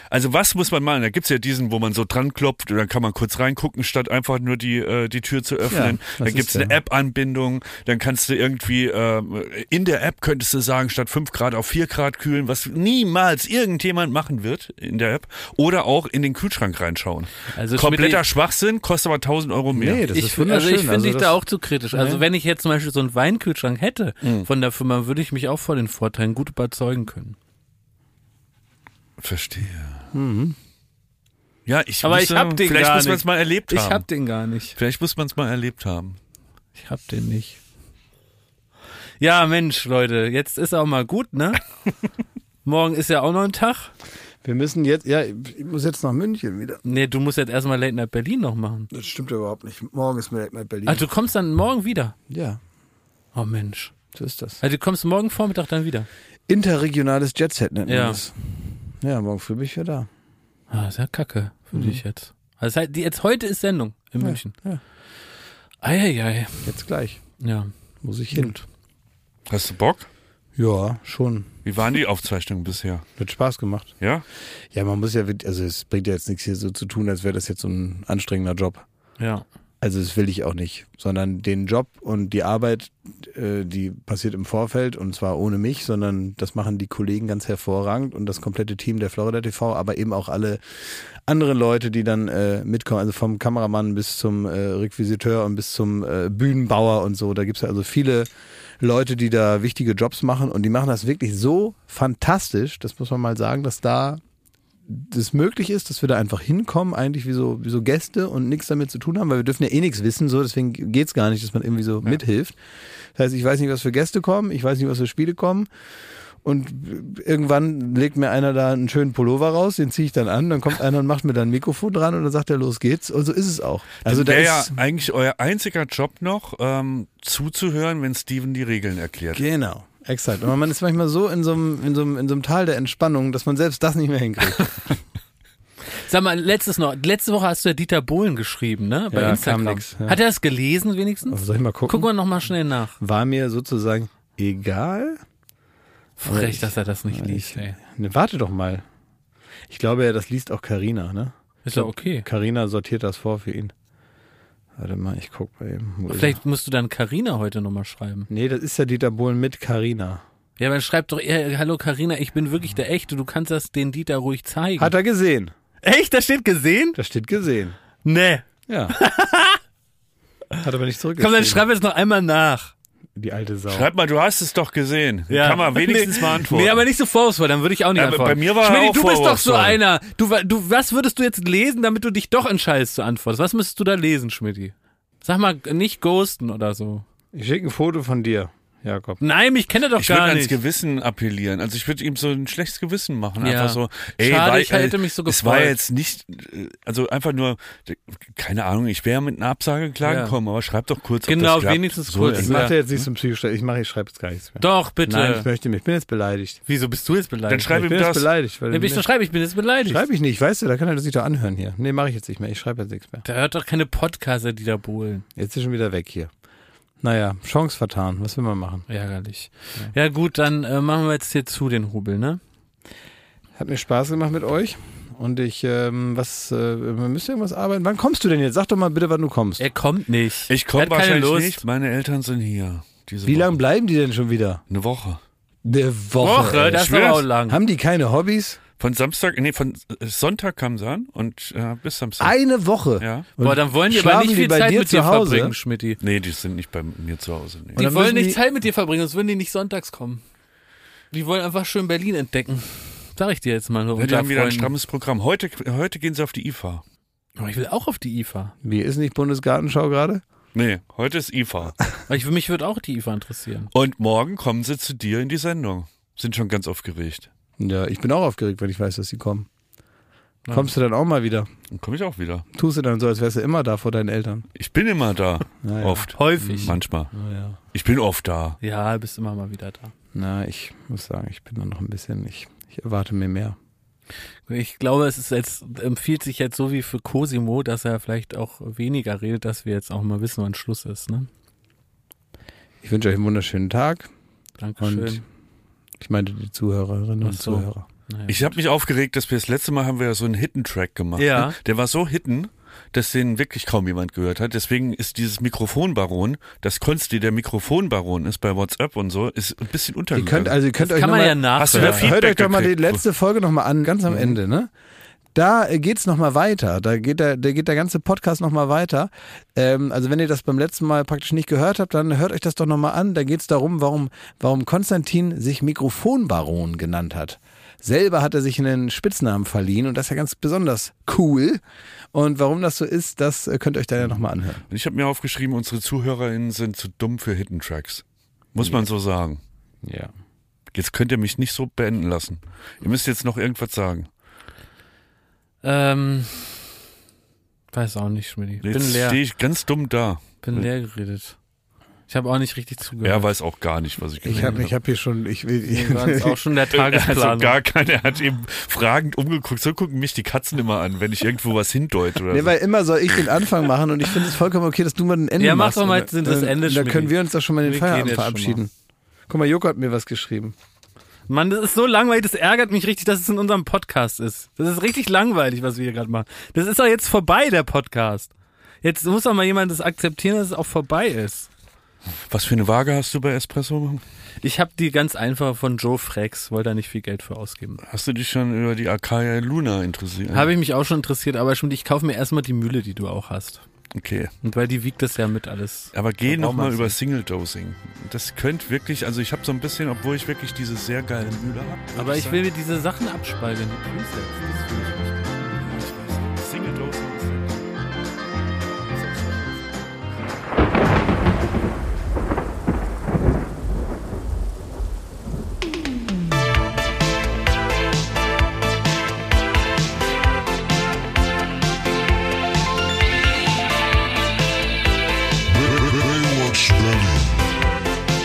C: Also was muss man machen? Da gibt's ja diesen, wo man so dran klopft und dann kann man kurz reingucken, statt einfach nur die, äh, die Tür zu öffnen.
A: Ja, das
C: dann
A: ist
C: gibt's eine
A: der.
C: App-Anbindung, dann kannst du irgendwie ähm, in der App könntest du sagen, statt 5 Grad auf 4 Grad kühlen, was niemals irgendjemand machen wird in der App. Oder auch in den Kühlschrank reinschauen.
B: Also
C: Kompletter
B: Schmidt,
C: Schwachsinn, kostet aber 1000 Euro mehr.
A: Nee, das
B: ich,
A: ist
B: ich, also
A: wunderschön.
B: ich finde dich
A: das-
B: da auch zu kritisch. Also wenn ich jetzt zum Beispiel so einen Weinkühlschrank hätte von der Firma, würde ich mich auch vor den Vorteilen gut überzeugen können.
C: Verstehe. Ja, ich
B: Mhm. Aber
C: wüsste,
B: ich hab den
C: vielleicht
B: gar
C: muss man es
B: nicht.
C: mal erlebt haben.
B: Ich hab den gar nicht.
C: Vielleicht muss man es mal erlebt haben.
B: Ich hab den nicht. Ja, Mensch, Leute, jetzt ist auch mal gut, ne? Morgen ist ja auch noch ein Tag.
A: Wir müssen jetzt, ja, ich muss jetzt nach München wieder.
B: Nee, du musst jetzt erstmal Late Night Berlin noch machen.
A: Das stimmt ja überhaupt nicht. Morgen ist mir mit Berlin.
C: Also
B: Ach, du kommst dann morgen wieder.
A: ja,
B: Oh Mensch.
A: so ist das.
B: Also du kommst morgen Vormittag dann wieder.
A: Interregionales Jetset nennt man
B: Ja.
A: das. Ja, morgen früh bin ich wieder da.
B: Ah, ist ja kacke für dich jetzt. Also halt, die- jetzt heute ist Sendung in München.
A: ja.
B: Eieiei.
A: Jetzt gleich.
B: Ja.
A: Muss ich hin.
C: Hast du Bock?
A: Ja, schon.
C: Wie waren die Aufzeichnungen bisher?
A: Hat Spaß gemacht.
C: Ja?
A: Ja, man muss ja, wirklich- also es bringt ja jetzt nichts hier so zu tun, als wäre das jetzt so ein anstrengender Job.
B: Ja.
A: Also das will ich auch nicht, sondern den Job und die Arbeit, äh, die passiert im Vorfeld und zwar ohne mich, sondern das machen die Kollegen ganz hervorragend und das komplette Team der Florida TV, aber eben auch alle anderen Leute, die dann äh, mitkommen, also vom Kameramann bis zum äh, Requisiteur und bis zum äh, Bühnenbauer und so. Da gibt's ja also viele Leute, die da wichtige Jobs machen und die machen das wirklich so fantastisch, das muss man mal sagen, dass da das möglich ist, dass wir da einfach hinkommen, eigentlich wie so, wie so Gäste und nichts damit zu tun haben, weil wir dürfen ja eh nichts wissen, so deswegen geht's gar nicht, dass man irgendwie so mithilft. Das heißt, ich weiß nicht, was für Gäste kommen, ich weiß nicht, was für Spiele kommen. Und irgendwann legt mir einer da einen schönen Pullover raus, den ziehe ich dann an, dann kommt einer und macht mir dann ein Mikrofon dran und dann sagt er, los geht's. Und so ist es auch. Also da
C: Wäre ja
A: ist.
C: eigentlich euer einziger Job noch, ähm, zuzuhören, wenn Steven die Regeln erklärt.
A: Genau, exakt. Aber man ist manchmal so in so einem, in so einem, in so einem Tal der Entspannung, dass man selbst das nicht mehr hinkriegt.
B: Sag mal, letztes noch. Letzte Woche hast du ja Dieter Bohlen geschrieben, ne? Bei
A: Ja, kam
B: Instagram.
A: nix, ja.
B: Hat er das gelesen wenigstens?
A: Soll ich mal gucken?
B: Gucken wir nochmal schnell nach.
A: War mir sozusagen egal.
B: Frech, dass er das nicht liest, ey.
A: Ne, warte doch mal. Ich glaube ja, das liest auch Karina, ne?
B: Ist ja okay.
A: Karina sortiert das vor für ihn. Warte mal, ich guck bei ihm. Wo ist er?
B: Vielleicht musst du dann Karina heute nochmal schreiben.
A: Nee, das ist ja Dieter Bohlen mit Karina.
B: Ja, dann schreib doch eher, hallo Karina, ich bin wirklich der Echte, du kannst das den Dieter ruhig zeigen.
A: Hat er gesehen.
B: Echt? Da steht gesehen?
A: Da steht gesehen.
B: Nee.
A: Ja. Hat aber nicht
B: Komm,
A: zurückgeschrieben.
B: dann schreib jetzt noch einmal nach.
A: die alte Sau.
C: Schreib mal, du hast es doch gesehen. Kann man wenigstens
B: Nee.
C: mal antworten.
B: Nee, aber nicht so vorwurfsvoll, dann würde ich auch nicht
C: Ja, aber
B: antworten.
C: bei mir war er
B: Schmitty,
C: auch
B: du bist doch so
C: vorwurfsvoll.
B: einer. Du, wa- du, was würdest du jetzt lesen, damit du dich doch entscheidest zu antworten? Was müsstest du da lesen, Schmidti? Sag mal, nicht ghosten oder so.
A: Ich schicke ein Foto von dir, Jakob.
B: Nein, mich kennt er doch
C: ich würde
B: gar
C: ans
B: nicht.
C: Gewissen appellieren. Also ich würde ihm so ein schlechtes Gewissen machen.
B: Ja.
C: Einfach so, ey,
B: Schade,
C: war,
B: ich hätte
C: äh,
B: mich so
C: Es war
B: gefreut.
C: jetzt nicht, äh, also einfach nur, äh, keine Ahnung, ich wäre mit einer Absage klargekommen, aber schreib doch kurz. ob
B: Genau,
C: das klappt.
B: wenigstens
C: So,
B: kurz.
A: Ich
C: ja.
A: mache
B: Ja.
A: jetzt nicht zum Psychostreit. Ich mache, ich schreibe jetzt gar nichts mehr.
B: Doch, äh, bitte.
A: Nein, ich möchte mich. Ich bin jetzt beleidigt.
B: Wieso bist du jetzt
C: Dann
B: beleidigt?
C: schreib
A: ich
C: ihm
A: bin jetzt
C: das.
A: beleidigt. Weil
B: Dann ich, dann schreibe, ich bin jetzt beleidigt.
A: schreibe ich nicht, weißt du, da kann er sich doch anhören hier. Nee, mache ich jetzt nicht mehr. Ich schreibe jetzt nichts mehr.
B: Da hört doch keine Podcaster, die da bohlen.
A: Jetzt ist schon wieder weg hier. Naja, Chance vertan. Was will man machen?
B: Ärgerlich. Ja, gut, dann äh, machen wir jetzt hier zu den Hubel, ne?
A: Hat mir Spaß gemacht mit euch. Und ich, ähm, was, äh, wir müssen irgendwas arbeiten. Wann kommst du denn jetzt? Sag doch mal bitte, wann du kommst.
B: Er kommt nicht.
C: Ich
B: Er
C: komme
B: hat keine
C: wahrscheinlich
B: Lust.
C: nicht. Meine Eltern sind hier. Diese
A: Wie lange
C: Woche.
A: bleiben die denn schon wieder?
C: Eine Woche.
A: Eine
B: Woche,
A: ey.
B: das
C: ich
B: ist aber
C: schwör's.
B: auch lang.
A: Haben die keine Hobbys?
C: Von Samstag, nee, von äh, Sonntag kam sie an und äh, bis Samstag.
A: Eine Woche.
C: Ja.
A: Und
B: Boah, dann wollen die aber
A: schlafen
B: nicht
A: die
B: viel
A: bei
B: Zeit
A: dir
B: mit
A: zu
B: dir
A: Hause?
B: verbringen, Schmidti.
C: Nee, die sind nicht bei mir zu Hause. Nee.
A: Und
B: Die
A: dann
B: wollen
A: müssen
B: nicht
A: die-
B: Zeit mit dir verbringen, sonst würden die nicht sonntags kommen. Die wollen einfach schön Berlin entdecken. Sag ich dir jetzt mal.
C: Ja, die
B: Unter
C: haben wieder ein
B: Freunden.
C: strammes Programm. Heute, heute gehen sie auf die IFA.
B: Aber ich will auch auf die IFA.
A: Wie ist nicht Bundesgartenschau gerade?
C: Nee, heute ist IFA.
B: Weil ich, mich würde auch die IFA interessieren.
C: Und morgen kommen sie zu dir in die Sendung. Sind schon ganz aufgeregt.
A: Ja, ich bin auch aufgeregt, wenn ich weiß, dass sie kommen. Kommst du dann auch mal wieder?
C: Dann komme ich auch wieder.
A: Tust du dann so, als wärst du immer da vor deinen Eltern?
C: Ich bin immer da.
A: Naja.
C: Oft.
B: Häufig.
C: Manchmal.
A: Naja.
C: Ich bin oft da.
B: Ja, bist immer mal wieder da.
A: Na, ich muss sagen, ich bin da noch ein bisschen, ich, ich erwarte mir mehr.
B: Ich glaube, es ist jetzt, empfiehlt sich jetzt so wie für Cosimo, dass er vielleicht auch weniger redet, dass wir jetzt auch mal wissen, wann Schluss ist. Ne?
A: Ich wünsche euch einen wunderschönen Tag und
B: Dankeschön.
A: ich meinte die Zuhörerinnen und
B: Ach so.
A: Zuhörer.
B: Naja.
C: Ich habe mich aufgeregt, dass wir das letzte Mal haben wir ja so einen Hitten-Track gemacht.
B: Ja.
C: ne? Der war so hitten, dass den wirklich kaum jemand gehört hat. Deswegen ist dieses Mikrofonbaron, dass Konsti der Mikrofonbaron ist bei WhatsApp und so, ist ein bisschen
A: Ihr
C: untergegangen.
A: könnt also, ihr könnt euch
B: Kann
A: noch
B: man
A: mal,
B: ja
C: Hast du da
B: nachhören.
C: viel-
A: Hört euch
C: Feedback
A: doch mal die
C: gekriegt.
A: letzte Folge nochmal an, ganz am Ende, ne? Da äh, geht's nochmal weiter. Da geht der, da geht der ganze Podcast nochmal weiter. Ähm, also wenn ihr das beim letzten Mal praktisch nicht gehört habt, dann hört euch das doch nochmal an. Da geht's darum, warum, warum Konstantin sich Mikrofonbaron genannt hat. Selber hat er sich einen Spitznamen verliehen und das ist ja ganz besonders cool. Und warum das so ist, das äh, könnt ihr euch dann ja nochmal anhören.
C: Und ich habe mir aufgeschrieben, unsere ZuhörerInnen sind zu dumm für Hidden-Tracks. Muss man so sagen.
A: Ja.
C: Jetzt könnt ihr mich nicht so beenden lassen. Ihr müsst jetzt noch irgendwas sagen.
B: Ähm, weiß auch nicht, Schmidti. Bin
C: Jetzt
B: leer.
C: stehe ich ganz dumm da.
B: Bin leer geredet. Ich habe auch nicht richtig
C: Er
B: zugehört.
C: weiß auch gar nicht, was ich
A: Ich
C: gesagt
A: habe ich hab hier schon, ich, will- ich,
B: Wir waren es auch schon der Tagesplan.
C: Also gar keine. Er hat eben fragend umgeguckt. So gucken mich die Katzen immer an, wenn ich irgendwo was hindeute oder
A: Nee,
C: so.
A: weil immer soll ich den Anfang machen und ich finde es vollkommen okay, dass du mal ein Ende
B: Ja, mach
A: machst.
B: doch mal
A: Und dann-
B: das Ende,
A: Da
B: Schmidti.
A: können wir uns doch schon mal in den
B: Wir
A: Feierabend
B: gehen jetzt schon mal.
A: verabschieden. Guck mal, Joko hat mir was geschrieben.
B: Mann, das ist so langweilig, das ärgert mich richtig, dass es in unserem Podcast ist. Das ist richtig langweilig, was wir hier gerade machen. Das ist doch jetzt vorbei, der Podcast. Jetzt muss doch mal jemand das akzeptieren, dass es auch vorbei ist.
C: Was für eine Waage hast du bei Espresso?
B: Ich habe die ganz einfach von Joe Frex, wollte da nicht viel Geld für ausgeben.
C: Hast du dich schon über die Arcaia Luna interessiert?
B: Habe ich mich auch schon interessiert, aber Schmidt, ich kaufe mir erstmal die Mühle, die du auch hast.
C: Okay.
B: Und weil die wiegt das ja mit alles.
C: Aber geh
B: Verbrauch
C: nochmal
B: meinst du?
C: über Single Dosing. Das könnte wirklich, also ich habe so ein bisschen, obwohl ich wirklich diese sehr geile Mühle habe.
B: Aber ich will mir diese Sachen abspeichern, die Presets. Das will ich nicht.
C: Single Dosing ist
D: Baywatch Berlin.